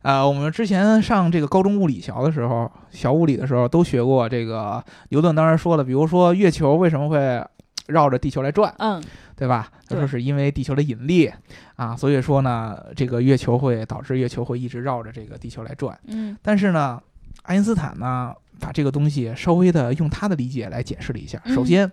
[SPEAKER 2] 呃，我们之前上这个高中物理学的时候，小物理的时候都学过这个牛顿，当然说了，比如说月球为什么会绕着地球来转，
[SPEAKER 1] 嗯
[SPEAKER 2] 对吧？他说
[SPEAKER 1] 对
[SPEAKER 2] 是因为地球的引力啊，所以说呢，这个月球会导致月球会一直绕着这个地球来转。
[SPEAKER 1] 嗯
[SPEAKER 2] 但是呢，爱因斯坦呢，把这个东西稍微的用他的理解来解释了一下。
[SPEAKER 1] 嗯
[SPEAKER 2] 首先，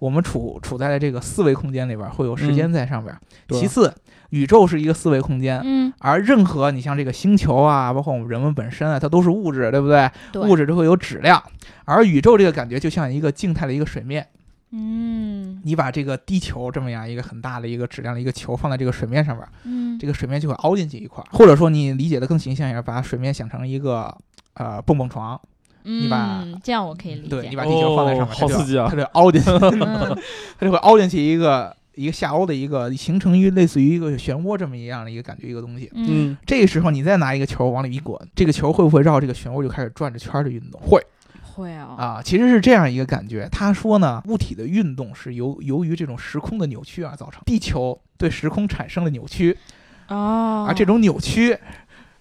[SPEAKER 2] 我们处处在这个四维空间里边儿，会有时间在上边儿。
[SPEAKER 3] 对
[SPEAKER 2] 其次，宇宙是一个四维空间。
[SPEAKER 1] 嗯，
[SPEAKER 2] 而任何你像这个星球啊，包括我们人们本身啊，它都是物质，对不对？
[SPEAKER 1] 对
[SPEAKER 2] 物质就会有质量，而宇宙这个感觉就像一个静态的一个水面，
[SPEAKER 1] 嗯
[SPEAKER 2] 你把这个地球这么样一个很大的一个质量的一个球放在这个水面上面，
[SPEAKER 1] 嗯
[SPEAKER 2] 这个水面就会凹进去一块儿，或者说你理解的更形象一点，把水面想成一个呃蹦蹦床，你把
[SPEAKER 1] 嗯，这样我可以理
[SPEAKER 2] 对，你
[SPEAKER 1] 解。
[SPEAKER 2] 把地球放在上面，
[SPEAKER 3] 哦
[SPEAKER 2] 它就
[SPEAKER 3] 好刺激啊
[SPEAKER 2] 它就凹进去，
[SPEAKER 1] 嗯
[SPEAKER 2] 它就会凹进去一个一个下欧的一个形成于类似于一个漩涡这么一样的一个感觉一个东西。
[SPEAKER 1] 嗯，
[SPEAKER 2] 这个时候你再拿一个球往里一滚，这个球会不会绕这个漩涡就开始转着圈儿的运动？会
[SPEAKER 1] 会啊，
[SPEAKER 2] 啊，其实是这样一个感觉。他说呢，物体的运动是由由于这种时空的扭曲而造成，地球对时空产生了扭曲，
[SPEAKER 1] 哦，
[SPEAKER 2] 而这，种扭曲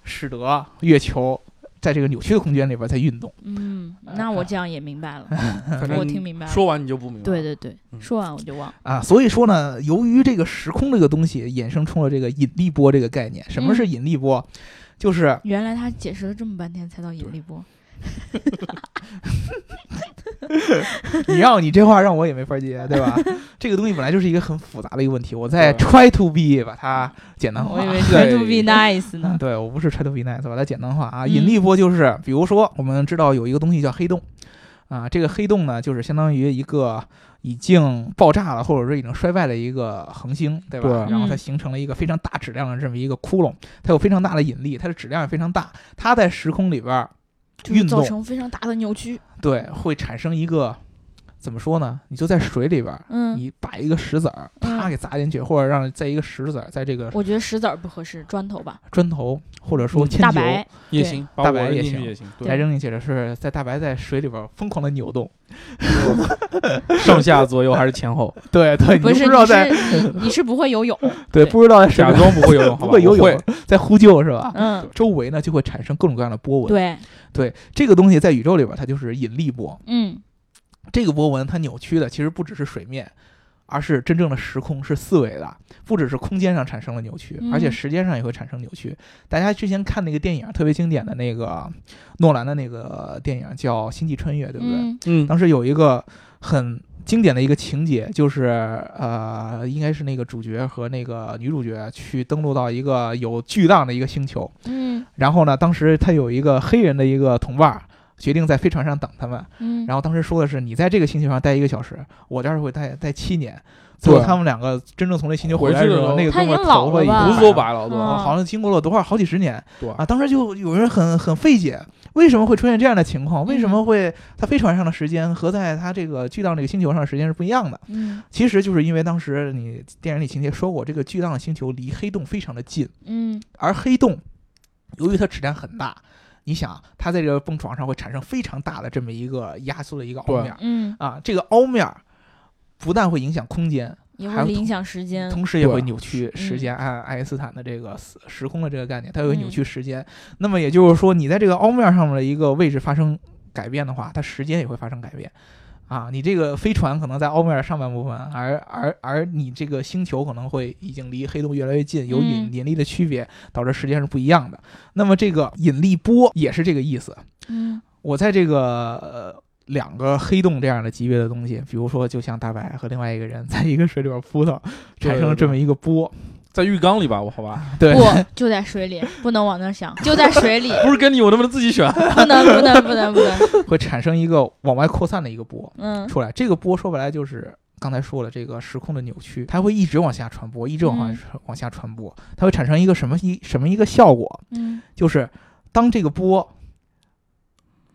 [SPEAKER 2] 使得月球在这个扭曲的空间里边在运动。
[SPEAKER 1] 嗯，那我这样也明 白了，
[SPEAKER 3] 反
[SPEAKER 1] 嗯我
[SPEAKER 3] 正
[SPEAKER 1] 听明白了。
[SPEAKER 3] 说完你就不明白。
[SPEAKER 1] 对，对对，
[SPEAKER 3] 嗯
[SPEAKER 1] 说完我就忘了。
[SPEAKER 2] 啊，所以说呢，由于这个时空这个东西衍生出了这个引力波这个概念。什么
[SPEAKER 1] 嗯
[SPEAKER 2] 是引力波？就是
[SPEAKER 1] 原来他解释了这么半天才到引力波，
[SPEAKER 2] 你让你这话让我也没法接，对吧？ 这个东西本来就是一个很复杂的一个问题，我在
[SPEAKER 3] 对
[SPEAKER 2] try to be 把它简单化
[SPEAKER 1] 我以。 为
[SPEAKER 3] 对
[SPEAKER 1] try to be nice
[SPEAKER 2] 啊
[SPEAKER 1] 呢。
[SPEAKER 2] 对，我不是 try to be nice，把它简单化啊。
[SPEAKER 1] 嗯
[SPEAKER 2] 引力波就是，比如说我们知道有一个东西叫黑洞，啊，这个黑洞呢，就是相当于一个已经爆炸了，或者说已经衰败的一个恒星，对吧？
[SPEAKER 3] 对
[SPEAKER 2] 然后它
[SPEAKER 1] 嗯
[SPEAKER 2] 形成了一个非常大质量的这么一个窟窿，它有非常大的引力，它的质量也非常大，它在时空里边儿
[SPEAKER 1] 就是
[SPEAKER 2] 运
[SPEAKER 1] 造
[SPEAKER 2] 动，
[SPEAKER 1] 成非常大的扭曲。
[SPEAKER 2] 对，会产生一个怎么说呢？你就在水里边儿。
[SPEAKER 1] 嗯，
[SPEAKER 2] 你摆一个石子儿，啪
[SPEAKER 1] 嗯
[SPEAKER 2] 给砸进去，或者让在一个石子儿，在这个
[SPEAKER 1] 我觉得石子儿不合适，砖头吧，
[SPEAKER 2] 砖头或者说
[SPEAKER 3] 嗯
[SPEAKER 2] 铅
[SPEAKER 1] 大
[SPEAKER 2] 球
[SPEAKER 1] 白。
[SPEAKER 3] 也
[SPEAKER 1] 对
[SPEAKER 3] 行，把
[SPEAKER 2] 大
[SPEAKER 3] 我
[SPEAKER 2] 白
[SPEAKER 3] 扔
[SPEAKER 2] 也
[SPEAKER 3] 进去
[SPEAKER 2] 行
[SPEAKER 3] 也行，
[SPEAKER 2] 来扔进去的是在大白在水里边疯狂的扭动，
[SPEAKER 3] 对，上下左右还是 前后，
[SPEAKER 2] 对对，你
[SPEAKER 1] 不
[SPEAKER 2] 就是知道在
[SPEAKER 1] 你是你你是不会游泳，
[SPEAKER 2] 对
[SPEAKER 1] 对
[SPEAKER 2] 不知道在水
[SPEAKER 3] 假
[SPEAKER 2] 里
[SPEAKER 3] 装不会游 泳，好
[SPEAKER 2] 不
[SPEAKER 3] 吧
[SPEAKER 2] 会游
[SPEAKER 3] 我
[SPEAKER 2] 泳，在呼救是吧？
[SPEAKER 1] 嗯，
[SPEAKER 2] 周围呢就会产生各种各样的波纹，
[SPEAKER 1] 对，
[SPEAKER 2] 对这个东西在宇宙里边它就是引力波，
[SPEAKER 1] 嗯
[SPEAKER 2] 这个波纹它扭曲的其实不只是水面，而是真正的时空是四维的，不只是空间上产生了扭曲，
[SPEAKER 1] 嗯
[SPEAKER 2] 而且时间上也会产生扭曲。大家之前看那个电影特别经典的那个诺兰的那个电影叫《星际穿越》，对不对？
[SPEAKER 1] 嗯
[SPEAKER 3] 嗯，
[SPEAKER 2] 当时有一个很经典的一个情节，就是呃，应该是那个主角和那个女主角去登陆到一个有巨浪的一个星球，
[SPEAKER 1] 嗯
[SPEAKER 2] 然后呢，当时他有一个黑人的一个同伴儿，决定在飞船上等他们。
[SPEAKER 1] 嗯，
[SPEAKER 2] 然后当时说的是，你在这个星球上待一个小时，我这儿会待待七年。最后
[SPEAKER 3] 对
[SPEAKER 2] 他们两个真正从那星球回来的时候，
[SPEAKER 3] 回
[SPEAKER 2] 那
[SPEAKER 3] 去
[SPEAKER 2] 个
[SPEAKER 1] 的时候他已
[SPEAKER 2] 哥们儿
[SPEAKER 1] 经老
[SPEAKER 2] 头发
[SPEAKER 1] 了
[SPEAKER 2] 已经
[SPEAKER 1] 吧
[SPEAKER 3] 胡
[SPEAKER 2] 白
[SPEAKER 3] 说八道，对吧？
[SPEAKER 1] 嗯
[SPEAKER 2] 好像经过了多少好几十年
[SPEAKER 3] 对
[SPEAKER 2] 啊！当时就有人很很费解，为什么会出现这样的情况？为什么会他飞船上的时间和在他这个巨浪这个星球上的时间是不一样的？
[SPEAKER 1] 嗯
[SPEAKER 2] 其实就是因为当时你电影里情节说过，这个巨浪的星球离黑洞非常的近，
[SPEAKER 1] 嗯
[SPEAKER 2] 而黑洞由于它质量很大，你想它在这个蹦床上会产生非常大的这么一个压缩的一个凹
[SPEAKER 3] 对
[SPEAKER 2] 面儿
[SPEAKER 1] 嗯，
[SPEAKER 2] 啊，这个凹面儿不但会影响空间，
[SPEAKER 1] 也
[SPEAKER 2] 还有
[SPEAKER 1] 会
[SPEAKER 2] 同
[SPEAKER 1] 影响时间。
[SPEAKER 2] 同时也
[SPEAKER 3] 对
[SPEAKER 2] 会扭曲
[SPEAKER 1] 嗯
[SPEAKER 2] 时间，按爱因斯坦的这个时时空的这个概念，它也会扭
[SPEAKER 1] 嗯
[SPEAKER 2] 曲时间。那么也就是说，你在这个凹面上面的一个位置发生改变的话，它时间也会发生改变。啊，你这个飞船可能在凹面的上半部分，而而而你这个星球可能会已经离黑洞越来越近，有引
[SPEAKER 1] 嗯
[SPEAKER 2] 引力的区别，导致时间是不一样的。那么这个引力波也是这个意思。
[SPEAKER 1] 嗯
[SPEAKER 2] 我在这个呃两个黑洞这样的级别的东西，比如说就像大白和另外一个人 在一个水里边扑腾，
[SPEAKER 3] 对
[SPEAKER 2] 产生了这么一个波，
[SPEAKER 1] 嗯
[SPEAKER 3] 在浴缸里吧，我好吧，
[SPEAKER 2] 对
[SPEAKER 1] 不，就在水里，不能往那儿想，就在水里，
[SPEAKER 3] 不是跟你，我能不能自 己选？
[SPEAKER 1] 不能，不能，不能，不能，
[SPEAKER 2] 会产生一个往外扩散的一个波
[SPEAKER 1] 嗯
[SPEAKER 2] 出来。这个波说白了就是刚才说了，这个时空的扭曲，它会一直往下传播，一直往外
[SPEAKER 1] 嗯
[SPEAKER 2] 传往下传播，它会产生一个什么一什么一个效果，
[SPEAKER 1] 嗯
[SPEAKER 2] 就是当这个波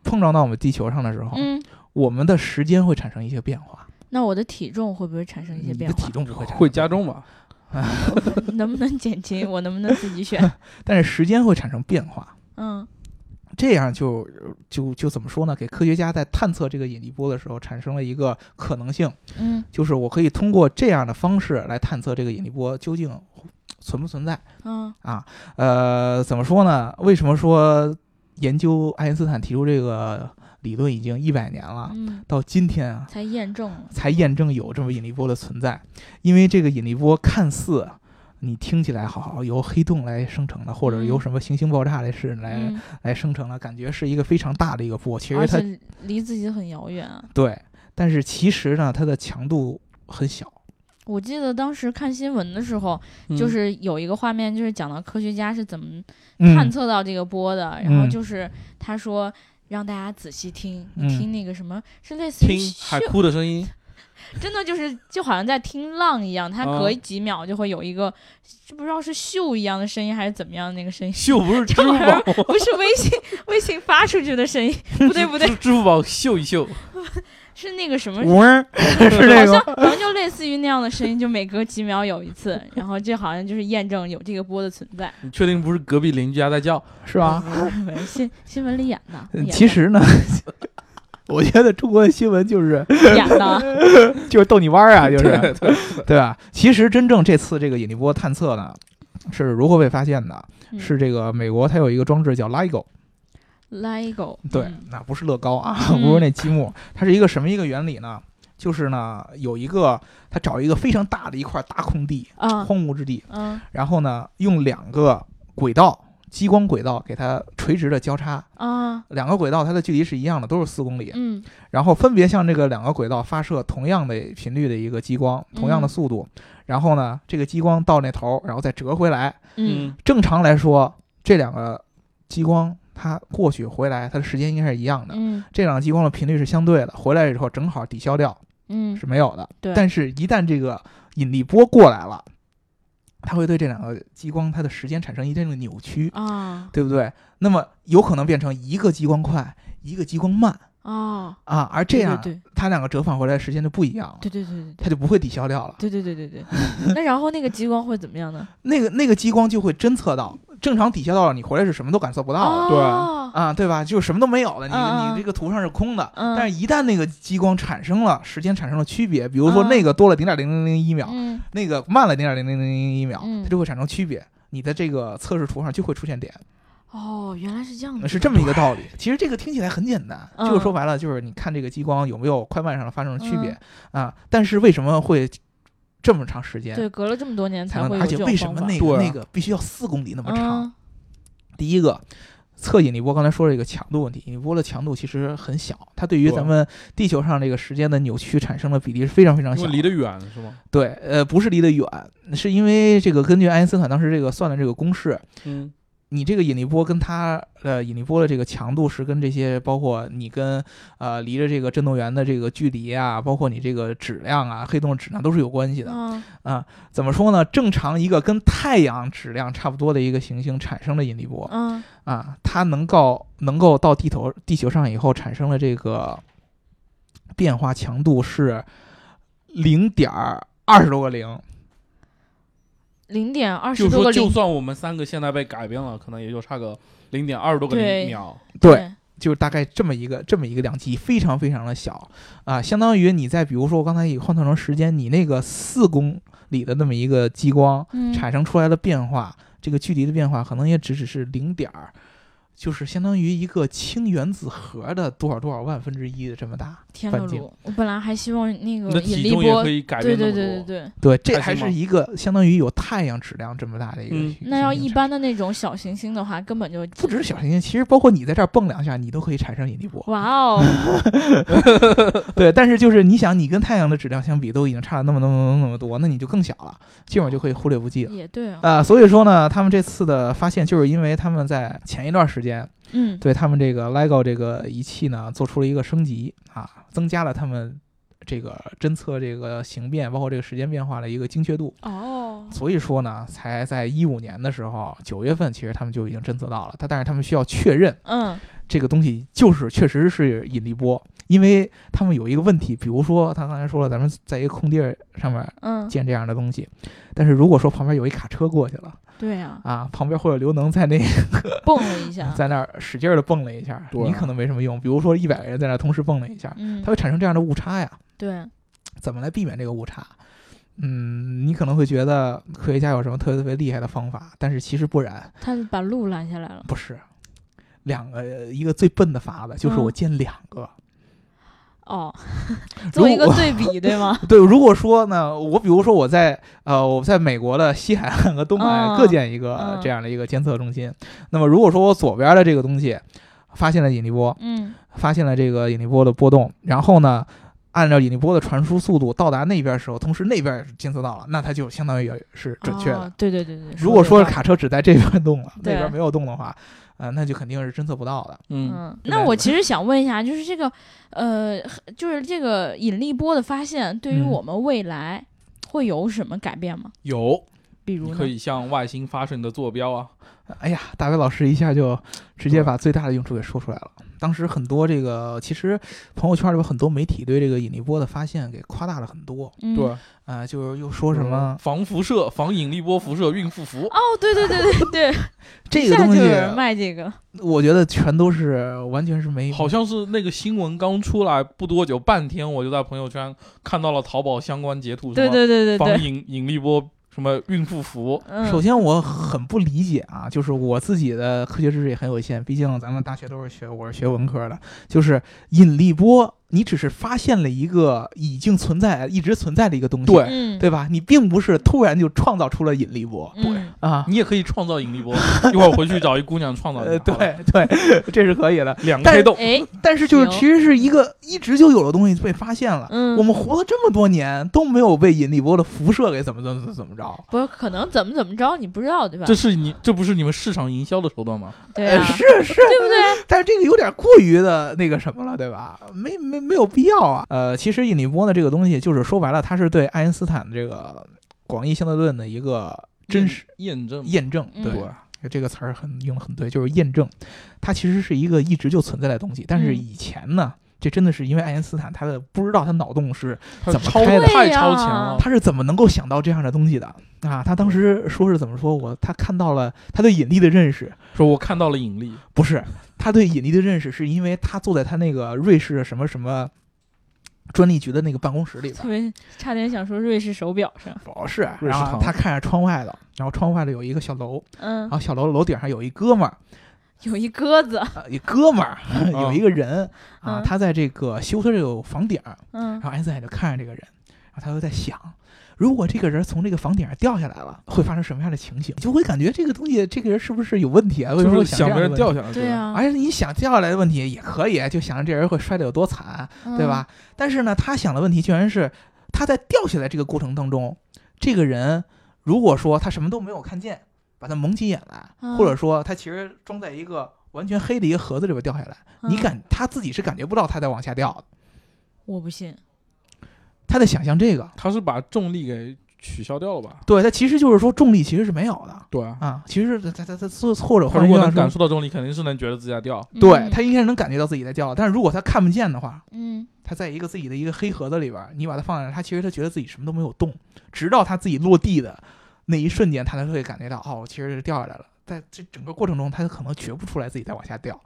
[SPEAKER 2] 碰撞到我们地球上的时候，
[SPEAKER 1] 嗯。
[SPEAKER 2] 我们的时间会产生一些变化，
[SPEAKER 1] 那我的体重会不会产生一些
[SPEAKER 2] 你
[SPEAKER 1] 变
[SPEAKER 2] 的
[SPEAKER 1] 化
[SPEAKER 2] 体？重不会产生
[SPEAKER 3] 会加重吧？
[SPEAKER 1] 能不能减轻？我能不能自己 选？
[SPEAKER 2] 但是时间会产生变化。
[SPEAKER 1] 嗯
[SPEAKER 2] 这样就就就怎么说呢？给科学家在探测这个引力波的时候，产生了一个可能性，
[SPEAKER 1] 嗯
[SPEAKER 2] 就是我可以通过这样的方式来探测这个引力波究竟存不存在
[SPEAKER 1] 嗯
[SPEAKER 2] 啊？呃，怎么说呢？为什么说研究爱因斯坦提出这个理论已经一百年了，
[SPEAKER 1] 嗯，
[SPEAKER 2] 到今天啊
[SPEAKER 1] 才验证了。
[SPEAKER 2] 才验证有这么引力波的存在？因为这个引力波看似。你听起来好像由黑洞来生成的，或者由
[SPEAKER 1] 嗯
[SPEAKER 2] 什么行星爆炸来是来、
[SPEAKER 1] 嗯，
[SPEAKER 2] 来生成的，感觉是一个非常大的一个波。其
[SPEAKER 1] 而
[SPEAKER 2] 实它
[SPEAKER 1] 且离自己很遥远啊。
[SPEAKER 2] 对，但是其实呢，它的强度很小。
[SPEAKER 1] 我记得当时看新闻的时候，
[SPEAKER 3] 嗯
[SPEAKER 1] 就是有一个画面，就是讲到科学家是怎么
[SPEAKER 2] 嗯
[SPEAKER 1] 探测到这个波的，然后
[SPEAKER 2] 嗯
[SPEAKER 1] 就是他说让大家仔细听，
[SPEAKER 2] 嗯啊
[SPEAKER 1] 你听那个什么是类似于
[SPEAKER 3] 听
[SPEAKER 1] 咻
[SPEAKER 3] 海，哭的 声音，
[SPEAKER 1] 真的就是就好像在听浪一样，它
[SPEAKER 3] 啊
[SPEAKER 1] 隔几秒就会有一个，就不知道是咻一样的声音还是怎么样的那个声音，
[SPEAKER 3] 秀不是支
[SPEAKER 1] 这
[SPEAKER 3] 付
[SPEAKER 1] 玩意儿
[SPEAKER 3] 宝，
[SPEAKER 1] 不是微信微信发出去的声音，不对不对
[SPEAKER 3] 支，支付宝秀一秀，
[SPEAKER 1] 是那个什么，
[SPEAKER 2] 嗡儿，是这
[SPEAKER 1] 好
[SPEAKER 2] 个
[SPEAKER 1] 像
[SPEAKER 2] 吗。
[SPEAKER 1] 好像就类似于那样的声音，就每隔几秒有一次，然后这好像就是验证有这个波的存在，
[SPEAKER 3] 你确定不是隔壁邻居家在叫？
[SPEAKER 2] 是吧？
[SPEAKER 1] 不是？新嗯新闻里演的，
[SPEAKER 2] 嗯
[SPEAKER 1] 演的
[SPEAKER 2] 其实呢， 我觉得中国的新闻就是
[SPEAKER 1] 演的，啊
[SPEAKER 2] 就是逗你玩 儿啊，就是
[SPEAKER 3] 对对
[SPEAKER 2] 对吧？其实真正这次这个引力波探测呢，是如何被发现的？
[SPEAKER 1] 嗯
[SPEAKER 2] 是这个美国它有一个装置叫 LIGO，
[SPEAKER 1] LIGO，
[SPEAKER 2] 对
[SPEAKER 1] 嗯，
[SPEAKER 2] 那不是乐高啊，
[SPEAKER 1] 嗯
[SPEAKER 2] 不是那积木，它是一个什么一个原理呢？就是呢，有一个它找一个非常大的一块大空地，
[SPEAKER 1] 啊，
[SPEAKER 2] 荒芜之地，
[SPEAKER 1] 嗯
[SPEAKER 2] 然后呢，用两个轨道。激光轨道给它垂直的交叉，
[SPEAKER 1] 啊，
[SPEAKER 2] 两个轨道它的距离是一样的，都是四公里。
[SPEAKER 1] 嗯
[SPEAKER 2] 然后分别向这个两个轨道发射同样的频率的一个激光，
[SPEAKER 1] 嗯
[SPEAKER 2] 同样的速度。然后呢，这个激光到那头儿，然后再折回来。
[SPEAKER 1] 嗯，
[SPEAKER 2] 正常来说，这两个激光它过去回来，它的时间应该是一样的。
[SPEAKER 1] 嗯
[SPEAKER 2] 这两个激光的频率是相对的，回来以后正好抵消掉
[SPEAKER 1] 嗯
[SPEAKER 2] 是没有的。
[SPEAKER 1] 对
[SPEAKER 2] 但是，一旦这个引力波过来了，它会对这两个激光它的时间产生一定的扭曲，
[SPEAKER 1] 啊
[SPEAKER 2] 对不对？那么有可能变成一个激光快，一个激光慢
[SPEAKER 1] 啊，
[SPEAKER 2] 啊，而这样
[SPEAKER 1] 对
[SPEAKER 2] 它两个折返回来的时间就不一样了，
[SPEAKER 1] 对对对
[SPEAKER 2] 它就不会抵消掉了。
[SPEAKER 1] 对对对对对对对。那然后那个激光会怎么样 呢？
[SPEAKER 2] 那个那个激光就会侦测到，正常抵消到了，你回来是什么都感受不到了。
[SPEAKER 3] 对
[SPEAKER 1] 哦
[SPEAKER 2] 啊，对吧？就是什么都没有了，你、
[SPEAKER 1] 嗯嗯
[SPEAKER 2] 你这个图上是空的。
[SPEAKER 1] 嗯
[SPEAKER 2] 但是，一旦那个激光产生了时间产生了区别，比如说
[SPEAKER 1] 嗯
[SPEAKER 2] 那个多了零点零零零一秒，
[SPEAKER 1] 嗯
[SPEAKER 2] 那个慢了零点零零零零一秒，
[SPEAKER 1] 嗯
[SPEAKER 2] 它就会产生区别。你的这个测试图上就会出现点，
[SPEAKER 1] 哦，原来是这样子，
[SPEAKER 2] 是这么一个道理。其实这个听起来很简单，
[SPEAKER 1] 嗯
[SPEAKER 2] 就是说白了，就是你看这个激光有没有快慢上的发生了区别、
[SPEAKER 1] 嗯
[SPEAKER 2] 啊。但是为什么会这么长时间？
[SPEAKER 1] 对，隔了这么多年
[SPEAKER 2] 才
[SPEAKER 1] 才
[SPEAKER 2] 能
[SPEAKER 1] 会有
[SPEAKER 2] 拿而且
[SPEAKER 1] 这种
[SPEAKER 2] 为什
[SPEAKER 1] 方
[SPEAKER 2] 么
[SPEAKER 1] 法
[SPEAKER 2] 那
[SPEAKER 3] 对
[SPEAKER 2] 个
[SPEAKER 3] 啊
[SPEAKER 2] 那个必须要四公里那么长？
[SPEAKER 1] 嗯
[SPEAKER 2] 第一个，测引力波刚才说这个强度问题，引力波的强度其实很小，它对于
[SPEAKER 3] 对
[SPEAKER 2] 咱们地球上这个时间的扭曲产生的比例是非常非常
[SPEAKER 3] 嗯因
[SPEAKER 2] 小
[SPEAKER 3] 为。离得远是吗？
[SPEAKER 2] 对，呃，不是离得远，是因为这个根据爱因斯坦当时这个算的这个公式，
[SPEAKER 3] 嗯，
[SPEAKER 2] 你这个引力波跟它呃引力波的这个强度是跟这些包括你跟呃离着这个振动源的这个距离啊，包括你这个质量啊、黑洞质量都是有关系的。
[SPEAKER 1] 嗯
[SPEAKER 2] 怎么说呢？正常一个跟太阳质量差不多的一个行星产生了引力波
[SPEAKER 1] 嗯
[SPEAKER 2] 啊，它能够能够到地头地球上以后产生了这个变化强度是零点二十多个零，
[SPEAKER 1] 零点二十
[SPEAKER 3] 就是
[SPEAKER 1] 多个
[SPEAKER 3] 说，就
[SPEAKER 1] 零，
[SPEAKER 3] 算我们三个现在被改变了，可能也就差个零点二十多个
[SPEAKER 1] 对
[SPEAKER 3] 零秒。
[SPEAKER 2] 对，，就是大概这么一个这么一个量级，非常非常的小啊，相当于你在比如说我刚才也换算成时间，你那个四公里的那么一个激光
[SPEAKER 1] 嗯，
[SPEAKER 2] 产生出来的变化，这个距离的变化可能也只只是零点儿，就是相当于一个氢原子核的多少多少万分之一的这么大。
[SPEAKER 1] 天
[SPEAKER 2] 半
[SPEAKER 1] 了
[SPEAKER 2] 径
[SPEAKER 1] 噜！我本来还希望那
[SPEAKER 3] 你的
[SPEAKER 1] 个嗯引
[SPEAKER 3] 体
[SPEAKER 1] 力
[SPEAKER 3] 重也
[SPEAKER 1] 波
[SPEAKER 3] 可，以改
[SPEAKER 1] 对
[SPEAKER 3] 变那
[SPEAKER 1] 对
[SPEAKER 3] 么多。
[SPEAKER 1] 对对对，
[SPEAKER 2] 对，这
[SPEAKER 3] 还
[SPEAKER 2] 还
[SPEAKER 3] 行
[SPEAKER 2] 是
[SPEAKER 3] 吗
[SPEAKER 2] 一个相当于有太阳质量这么大的一个
[SPEAKER 3] 嗯
[SPEAKER 2] 行星产生。
[SPEAKER 1] 那要一般的那种小行星的话，根本就
[SPEAKER 2] 不只是小行星，其实包括你在这儿蹦两下，你都可以产生引力波。
[SPEAKER 1] 哇哦，
[SPEAKER 2] 对，但是就是你想，你跟太阳的质量相比，都已经差了那么那么那么那么多，那你就更小了，基本上就可以忽略不计了。
[SPEAKER 1] 也对啊，
[SPEAKER 2] 啊、所以说呢，他们这次的发现，就是因为他们在前一段时间
[SPEAKER 1] 嗯，
[SPEAKER 2] 对他们这个 LIGO 这个仪器呢做出了一个升级啊，增加了他们这个侦测这个形变，包括这个时间变化的一个精确度。
[SPEAKER 1] 哦，
[SPEAKER 2] 所以说呢，才在一五年的时候，九月份其实他们就已经侦测到了，但但是他们需要确认
[SPEAKER 1] 嗯
[SPEAKER 2] 这个东西就是确实是引力波，因为他们有一个问题，比如说他刚才说了，咱们在一个空地儿上面
[SPEAKER 1] 嗯，
[SPEAKER 2] 建这样的东西，但是如果说旁边有一卡车过去了
[SPEAKER 1] 对啊，
[SPEAKER 2] 啊，旁边会有刘能在那，
[SPEAKER 1] 蹦了一下
[SPEAKER 2] 在那儿使劲的蹦了一下，
[SPEAKER 3] 对啊
[SPEAKER 2] 你可能没什么用。比如说一百个人在那儿同时蹦了一下，
[SPEAKER 1] 嗯
[SPEAKER 2] 它，会产生这样的误差呀。
[SPEAKER 1] 对，
[SPEAKER 2] 怎么来避免这个误差？嗯，你可能会觉得科学家有什么特别特别厉害的方法，但是其实不然，
[SPEAKER 1] 他把路拦下来了，
[SPEAKER 2] 不是。两个一个最笨的法子就是
[SPEAKER 1] 嗯
[SPEAKER 2] 我建两个。
[SPEAKER 1] 哦，做一个对比，对 吗？
[SPEAKER 2] 对，如果说呢，我比如说我在呃我在美国的西海岸和东海岸
[SPEAKER 1] 嗯
[SPEAKER 2] 各建一个、
[SPEAKER 1] 嗯
[SPEAKER 2] 这样的一个监测中心，那么如果说我左边的这个东西发现了引力波，
[SPEAKER 1] 嗯
[SPEAKER 2] 发现了这个引力波的波动，然后呢，按照引力波的传输速度到达那边的时候，同时那边也监测到了，那它就相当于也是准确的。
[SPEAKER 1] 哦对对对对，
[SPEAKER 2] 如果说
[SPEAKER 1] 对
[SPEAKER 2] 卡车只在这边动了，那
[SPEAKER 1] 对
[SPEAKER 2] 边没有动的话，呃，那就肯定是侦测不到的。
[SPEAKER 3] 嗯，
[SPEAKER 1] 嗯，
[SPEAKER 2] 对
[SPEAKER 1] 那我其实想问一下，就是这个，呃，就是这个引力波的发现，对于
[SPEAKER 2] 嗯
[SPEAKER 1] 我们未来会有什么改变吗？
[SPEAKER 3] 有，
[SPEAKER 1] 比如
[SPEAKER 3] 你
[SPEAKER 1] 呢
[SPEAKER 3] 可以向外星发射你的坐标啊。
[SPEAKER 2] 哎呀，大卫老师一下就直接把最大的用处给说出来了。当时很多这个，其实朋友圈里有很多媒体对这个引力波的发现给夸大了很多
[SPEAKER 1] 嗯
[SPEAKER 3] 对，
[SPEAKER 2] 啊、就是又说什么啊
[SPEAKER 3] 嗯防辐射、防引力波辐射、孕妇服，
[SPEAKER 1] 哦，对对对对对，
[SPEAKER 2] 这
[SPEAKER 1] 一
[SPEAKER 2] 个
[SPEAKER 1] 下
[SPEAKER 2] 东
[SPEAKER 1] 就
[SPEAKER 2] 西
[SPEAKER 1] 有，人卖这个，
[SPEAKER 2] 我觉得全都是完全是没
[SPEAKER 3] 好像是那个新闻刚出来不多久，半天我就在朋友圈看到了淘宝相关截图，
[SPEAKER 1] 对
[SPEAKER 3] 什么
[SPEAKER 1] 对对对
[SPEAKER 3] 防
[SPEAKER 1] 对，
[SPEAKER 3] 引引力波什么孕妇服，
[SPEAKER 1] 嗯，
[SPEAKER 2] 首先，我很不理解啊，就是我自己的科学知识也很有限，毕竟咱们大学都是学，我是学文科的，就是引力波，你只是发现了一个已经存在、一直存在的一个东西，
[SPEAKER 3] 对
[SPEAKER 1] 嗯，
[SPEAKER 2] 对吧？你并不是突然就创造出了引力波
[SPEAKER 1] 嗯，对
[SPEAKER 2] 啊，
[SPEAKER 3] 你也可以创造引力波， 一会儿回去找一姑娘创造一
[SPEAKER 2] 呃，
[SPEAKER 3] 下，好吧
[SPEAKER 2] 对对，这是可以的。
[SPEAKER 3] 两
[SPEAKER 2] 但
[SPEAKER 3] K 豆，
[SPEAKER 1] 哎，
[SPEAKER 2] 但是就是
[SPEAKER 1] 行
[SPEAKER 2] 其实是一个一直就有的东西被发现了，
[SPEAKER 1] 嗯，
[SPEAKER 2] 我们活了这么多年都没有被引力波的辐射给怎么怎么怎么着，
[SPEAKER 1] 不是可能怎么怎么着，你不知道对吧
[SPEAKER 3] 这？是你这不是你们市场营销的手段吗？
[SPEAKER 1] 对
[SPEAKER 2] 呃
[SPEAKER 1] 啊，
[SPEAKER 2] 是是，
[SPEAKER 1] 对不对？
[SPEAKER 2] 但是这个有点过于的那个什么了，对吧？没没没有必要啊。呃，其实引力波呢，这个东西就是说白了，它是对爱因斯坦的这个广义相对论的一个真实
[SPEAKER 3] 验证，
[SPEAKER 2] 验证，
[SPEAKER 1] 嗯
[SPEAKER 2] 对。
[SPEAKER 3] 对
[SPEAKER 2] 这个词儿很用的很对，就是验证，它其实是一个一直就存在的东西。但是
[SPEAKER 1] 嗯
[SPEAKER 2] 以前呢，这真的是因为爱因斯坦他的不知道他脑洞是
[SPEAKER 3] 它
[SPEAKER 2] 怎么
[SPEAKER 3] 超
[SPEAKER 2] 开的
[SPEAKER 3] 太
[SPEAKER 1] 对呀
[SPEAKER 3] 超前了，
[SPEAKER 2] 他是怎么能够想到这样的东西的啊？他当时说是怎么说我他看到了他对引力的认识，
[SPEAKER 3] 说我看到了引力，
[SPEAKER 2] 不是，他对引力的认识是因为他坐在他那个瑞士的什么什么专利局的那个办公室里边
[SPEAKER 1] 特，别差点想说瑞士手表上，
[SPEAKER 2] 不是，
[SPEAKER 3] 瑞士
[SPEAKER 2] 然后
[SPEAKER 3] 糖
[SPEAKER 2] 他看着窗外头，然后窗外头有一个小楼，
[SPEAKER 1] 嗯
[SPEAKER 2] 然，后小楼楼顶上有一哥们儿，
[SPEAKER 1] 有一鸽子，
[SPEAKER 2] 呃一哥们儿
[SPEAKER 3] 嗯
[SPEAKER 2] 有一个人啊，
[SPEAKER 1] 嗯
[SPEAKER 2] 他在这个修他这个房顶儿，
[SPEAKER 1] 嗯
[SPEAKER 2] 然后爱因斯坦就看着这个人，然后他就在想。如果这个人从这个房顶上掉下来了，会发生什么样的情形？你就会感觉这个东西，这个人是不是有问题啊？为什么
[SPEAKER 3] 就
[SPEAKER 2] 会
[SPEAKER 3] 是想
[SPEAKER 2] 这
[SPEAKER 3] 别
[SPEAKER 2] 样
[SPEAKER 3] 人
[SPEAKER 2] 的问
[SPEAKER 3] 掉
[SPEAKER 2] 题？
[SPEAKER 3] 下来，
[SPEAKER 1] 对
[SPEAKER 3] 吧，
[SPEAKER 1] 啊，
[SPEAKER 2] 而且你想掉下来的问题也可以，就想着这人会摔得有多惨，
[SPEAKER 1] 嗯
[SPEAKER 2] 对吧？但是呢，他想的问题居然是他在掉下来这个过程当中，这个人如果说他什么都没有看见，把他蒙起眼来，
[SPEAKER 1] 嗯
[SPEAKER 2] 或者说他其实装在一个完全黑的一个盒子里边掉下来，
[SPEAKER 1] 嗯？
[SPEAKER 2] 你感他自己是感觉不到他在往下掉的，
[SPEAKER 1] 我不信，
[SPEAKER 2] 他在想象这个。
[SPEAKER 3] 他是把重力给取消掉了吧？
[SPEAKER 2] 对他其实就是说重力其实是没有的
[SPEAKER 3] 对啊，
[SPEAKER 2] 啊，其实他他他他或者
[SPEAKER 3] 他
[SPEAKER 2] 换
[SPEAKER 3] 如
[SPEAKER 2] 句
[SPEAKER 3] 果
[SPEAKER 2] 话
[SPEAKER 3] 能感
[SPEAKER 2] 说，
[SPEAKER 3] 受到重力，肯定是能觉得自己在掉。
[SPEAKER 2] 对
[SPEAKER 1] 嗯
[SPEAKER 2] 他应该是能感觉到自己在掉，但是如果他看不见的话，
[SPEAKER 1] 嗯
[SPEAKER 2] 他在一个自己的一个黑盒子里边儿，你把它放在那儿，他其实他觉得自己什么都没有动，直到他自己落地的那一瞬间，他才会感觉到哦，我其实是掉下来了。在这整个过程中，他可能觉不出来自己在往下掉，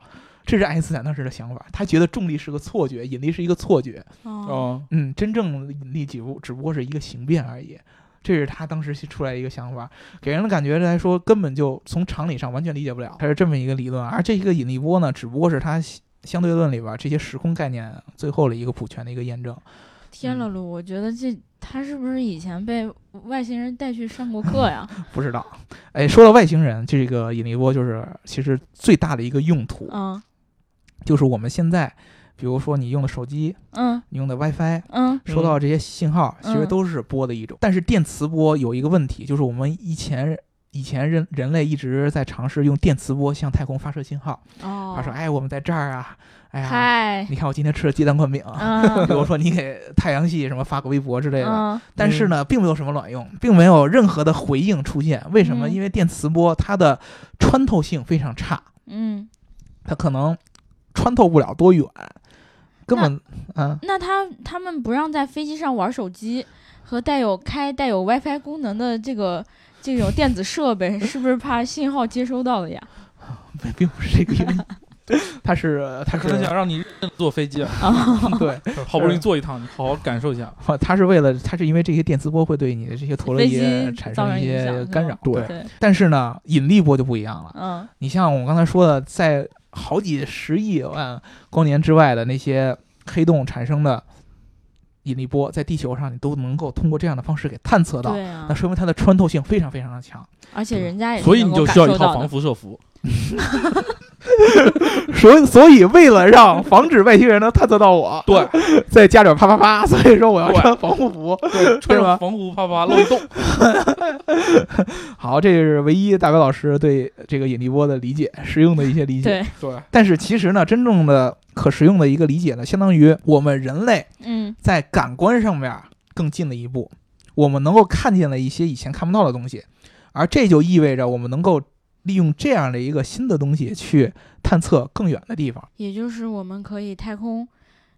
[SPEAKER 2] 这是爱因斯坦当时的想法。他觉得重力是个错觉，引力是一个错觉，
[SPEAKER 1] 哦，
[SPEAKER 3] 哦，
[SPEAKER 2] 嗯，真正的引力只不只不过是一个形变而已。这是他当时出来一个想法，给人的感觉来说，根本就从常理上完全理解不了，它是这么一个理论。而这一个引力波呢，只不过是他相相对论里边儿这些时空概念最后的一个普全的一个验证。
[SPEAKER 1] 天
[SPEAKER 2] 嗯
[SPEAKER 1] 了噜，我觉得这他是不是以前被外星人带去上过课 呀？
[SPEAKER 2] 不知道。哎，说到外星人，这个引力波就是其实最大的一个用途，
[SPEAKER 1] 嗯
[SPEAKER 2] 就是我们现在，比如说你用的手机，
[SPEAKER 1] 嗯
[SPEAKER 2] 你用的 WiFi。
[SPEAKER 1] 嗯
[SPEAKER 2] 收到这些信号，其实
[SPEAKER 1] 嗯
[SPEAKER 2] 都是波的一种。但是电磁波有一个问题，就是我们以前以前人人类一直在尝试用电磁波向太空发射信号。
[SPEAKER 1] 哦，
[SPEAKER 2] 他说：“哎，我们在这儿啊，哎呀，
[SPEAKER 1] 嗨，
[SPEAKER 2] 你看我今天吃了鸡蛋灌饼。
[SPEAKER 1] 嗯
[SPEAKER 2] 比如说你给太阳系什么发个微博之类的，
[SPEAKER 1] 嗯
[SPEAKER 2] 但是呢，并没有什么卵用，并没有任何的回应出现。为什么？
[SPEAKER 1] 嗯
[SPEAKER 2] 因为电磁波它的穿透性非常差，
[SPEAKER 1] 嗯，
[SPEAKER 2] 它可能穿透不了多远，根本啊，
[SPEAKER 1] 那他他们不让在飞机上玩手机和带有开带有 WiFi 功能的这个这种电子设备，是不是怕信号接收到了呀？
[SPEAKER 2] 并 并不是这个 原因。它是它
[SPEAKER 3] 他
[SPEAKER 2] 是
[SPEAKER 3] 可能想让你认真坐飞 机啊，
[SPEAKER 2] 对，
[SPEAKER 3] 好不容易坐一趟，你好好感受一下。
[SPEAKER 2] 它是为了它是因为这些电磁波会对你的这些陀螺
[SPEAKER 1] 飞
[SPEAKER 2] 仪
[SPEAKER 1] 机
[SPEAKER 2] 产
[SPEAKER 1] 造
[SPEAKER 2] 生
[SPEAKER 1] 成
[SPEAKER 2] 一
[SPEAKER 1] 影响
[SPEAKER 2] 些
[SPEAKER 1] 是吧
[SPEAKER 2] 干扰。
[SPEAKER 3] 对，
[SPEAKER 1] 对，
[SPEAKER 2] 但是呢，引力波就不一样了。
[SPEAKER 1] 嗯
[SPEAKER 2] 你像我刚才说的，在好几十亿万光年之外的那些黑洞产生的引力波，在地球上你都能够通过这样的方式给探测到，
[SPEAKER 1] 对啊
[SPEAKER 2] 那，说明它的穿透性非常非常的强。
[SPEAKER 1] 而且人家也是
[SPEAKER 3] 所以你
[SPEAKER 1] 能够
[SPEAKER 3] 就
[SPEAKER 1] 感
[SPEAKER 3] 需要一
[SPEAKER 1] 受
[SPEAKER 3] 套
[SPEAKER 1] 到
[SPEAKER 3] 防
[SPEAKER 1] 的
[SPEAKER 3] 辐射服，
[SPEAKER 2] 所以，所以为了让防止外星人能探测到我，
[SPEAKER 3] 对，
[SPEAKER 2] 再加点啪啪啪，所以说我要穿防护服。
[SPEAKER 3] 对，穿
[SPEAKER 2] 是吧
[SPEAKER 3] 上防护啪啪漏一 洞，
[SPEAKER 2] 好，这是唯一大白老师对这个引力波的理解，实用的一些理解。
[SPEAKER 1] 对，
[SPEAKER 3] 对，
[SPEAKER 2] 但是其实呢，真正的可实用的一个理解呢，相当于我们人类
[SPEAKER 1] 嗯
[SPEAKER 2] 在感官上面啊更进了一步，我们能够看见了一些以前看不到的东西，而这就意味着我们能够利用这样的一个新的东西去探测更远的地方，
[SPEAKER 1] 也就是我们可以太空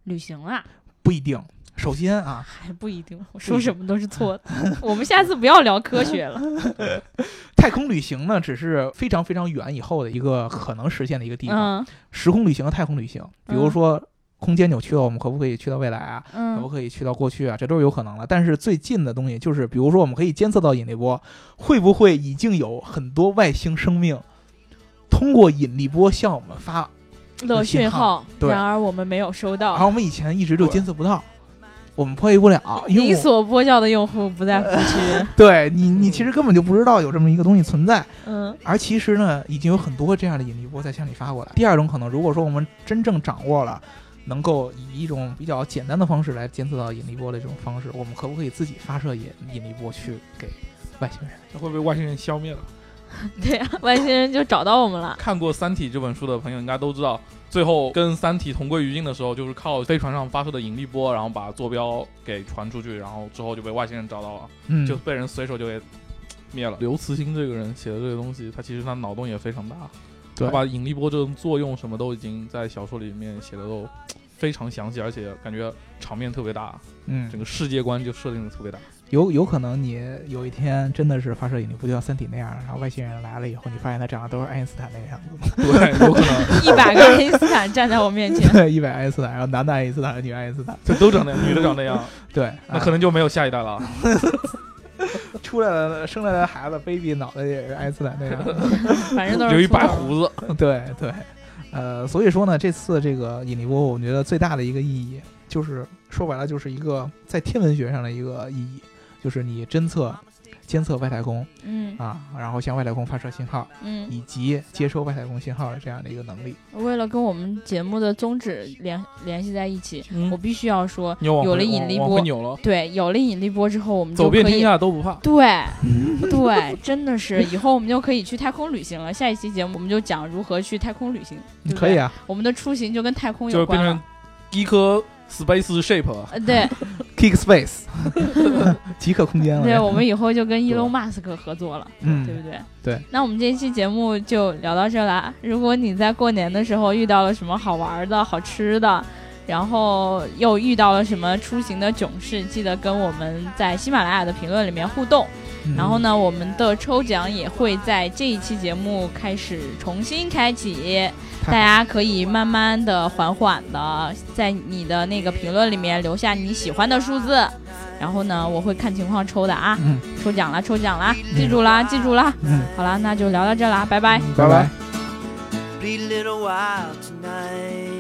[SPEAKER 1] 旅行了，
[SPEAKER 2] 不一定。首先啊，
[SPEAKER 1] 还不一定。我说什么都是错 的。我们下次不要聊科学 了。
[SPEAKER 2] 太空旅行呢，只是非常非常远以后的一个可能实现的一个地方。
[SPEAKER 1] 嗯
[SPEAKER 2] 时空旅行和啊太空旅行，比如
[SPEAKER 1] 嗯
[SPEAKER 2] 说空间扭曲了，我们可不可以去到未来啊？可不
[SPEAKER 1] 嗯
[SPEAKER 2] 可以去到过去啊？这都是有可能的。但是最近的东西就是，比如说我们可以监测到引力波，会不会已经有很多外星生命通过引力波向我们
[SPEAKER 1] 啊
[SPEAKER 2] 发？
[SPEAKER 1] 乐
[SPEAKER 2] 信
[SPEAKER 1] 讯
[SPEAKER 2] 号
[SPEAKER 1] 号，
[SPEAKER 2] 对
[SPEAKER 1] 然而我们没有收
[SPEAKER 2] 然后
[SPEAKER 1] 到。
[SPEAKER 2] 我们以前一直就监测不到，我们破译不了，因
[SPEAKER 1] 你
[SPEAKER 2] 为我
[SPEAKER 1] 所拨叫的用户不在服务区。
[SPEAKER 2] 对你，你其实根本就不知道有这么一个东西存在。
[SPEAKER 1] 嗯
[SPEAKER 2] 而其实呢，已经有很多这样的引力波在向你发过来。第二种可能，如果说我们真正掌握了，能够以一种比较简单的方式来监测到引力波的这种方式，我们可不可以自己发射引引力波去给外星人？
[SPEAKER 4] 会被外星人消灭了。
[SPEAKER 1] 对呀、外星人就找到我们了。
[SPEAKER 3] 看过《三体》这本书的朋友应该都知道，最后跟《三体》同归于尽的时候，就是靠飞船上发射的引力波，然后把坐标给传出去，然后之后就被外星人找到了，
[SPEAKER 2] 嗯
[SPEAKER 3] 就被人随手就给灭了。刘慈欣这个人写的这个东西，他其实他脑洞也非常大，
[SPEAKER 2] 对
[SPEAKER 3] 他把引力波这种作用什么都已经在小说里面写的都非常详细，而且感觉场面特别大，
[SPEAKER 2] 嗯
[SPEAKER 3] 整，个世界观就设定的特别大。
[SPEAKER 2] 有有可能你有一天真的是发射引力波，就像《三体》那样，然后外星人来了以后，你发现他长得都是爱因斯坦那个样子，
[SPEAKER 3] 对，有可 能
[SPEAKER 1] 一百个爱因斯坦站在我面前，
[SPEAKER 2] 对， 一百爱因斯坦，然后男的爱因斯坦，女的爱因斯坦，
[SPEAKER 3] 就都长那样，女的长那 样，
[SPEAKER 2] 对，啊
[SPEAKER 3] 那可能就没有下一代了。
[SPEAKER 2] 能出来了，生下来的孩子 baby 脑袋也是爱因斯坦那 样。
[SPEAKER 1] 反正都是
[SPEAKER 3] 留一白
[SPEAKER 1] 错的。
[SPEAKER 3] 胡子，
[SPEAKER 2] 对对，呃，所以说呢，这次这个引力波，我觉得最大的一个意义，就是说白了，就是一个在天文学上的一个意义，就是你侦测、监测外太空
[SPEAKER 1] 嗯
[SPEAKER 2] 啊，然后向外太空发射信号，
[SPEAKER 1] 嗯，
[SPEAKER 2] 以及接收外太空信号的这样的一个能力。
[SPEAKER 1] 为了跟我们节目的宗旨联联系在一起，
[SPEAKER 3] 嗯
[SPEAKER 1] 我必须要说，
[SPEAKER 3] 你又往
[SPEAKER 1] 有
[SPEAKER 3] 回
[SPEAKER 1] 了引力
[SPEAKER 3] 啊往往
[SPEAKER 1] 波
[SPEAKER 3] 回扭了。
[SPEAKER 1] 对，有了引力波之后，我们就
[SPEAKER 3] 走遍
[SPEAKER 1] 可
[SPEAKER 3] 天
[SPEAKER 1] 以。
[SPEAKER 3] 下都不怕。
[SPEAKER 1] 对，对，真的是，以后我们就可以去太空旅行了。下一期节目我们就讲如何去太空旅行，对不
[SPEAKER 2] 可
[SPEAKER 1] 对
[SPEAKER 2] 以啊，
[SPEAKER 1] 我们的出行就跟太空
[SPEAKER 3] 就
[SPEAKER 1] 有
[SPEAKER 3] 是变
[SPEAKER 1] 关
[SPEAKER 3] 成
[SPEAKER 1] 了。
[SPEAKER 3] 一颗 space shape，
[SPEAKER 1] 呃，对
[SPEAKER 2] Kick Space，极客空间了。
[SPEAKER 1] 对，我们以后就跟 Elon Musk 合作了，
[SPEAKER 2] 嗯
[SPEAKER 1] 对不对？
[SPEAKER 2] 对。
[SPEAKER 1] 那我们这一期节目就聊到这啦。如果你在过年的时候遇到了什么好玩的、好吃的，然后又遇到了什么出行的囧事，记得跟我们在喜马拉雅的评论里面互动。
[SPEAKER 2] 嗯
[SPEAKER 1] 然后呢，我们的抽奖也会在这一期节目开始重新开启，
[SPEAKER 2] 太
[SPEAKER 1] 大
[SPEAKER 2] 好
[SPEAKER 1] 家可以慢慢的、缓缓的在你的那个评论里面留下你喜欢的数字，然后呢，我会看情况抽的啊，
[SPEAKER 2] 嗯
[SPEAKER 1] 抽奖啦，抽奖啦，记住啦，记住啦，
[SPEAKER 2] 嗯，
[SPEAKER 1] 好啦，那就聊到这啦，拜拜。
[SPEAKER 2] 拜拜。
[SPEAKER 5] Bleed a little while tonight.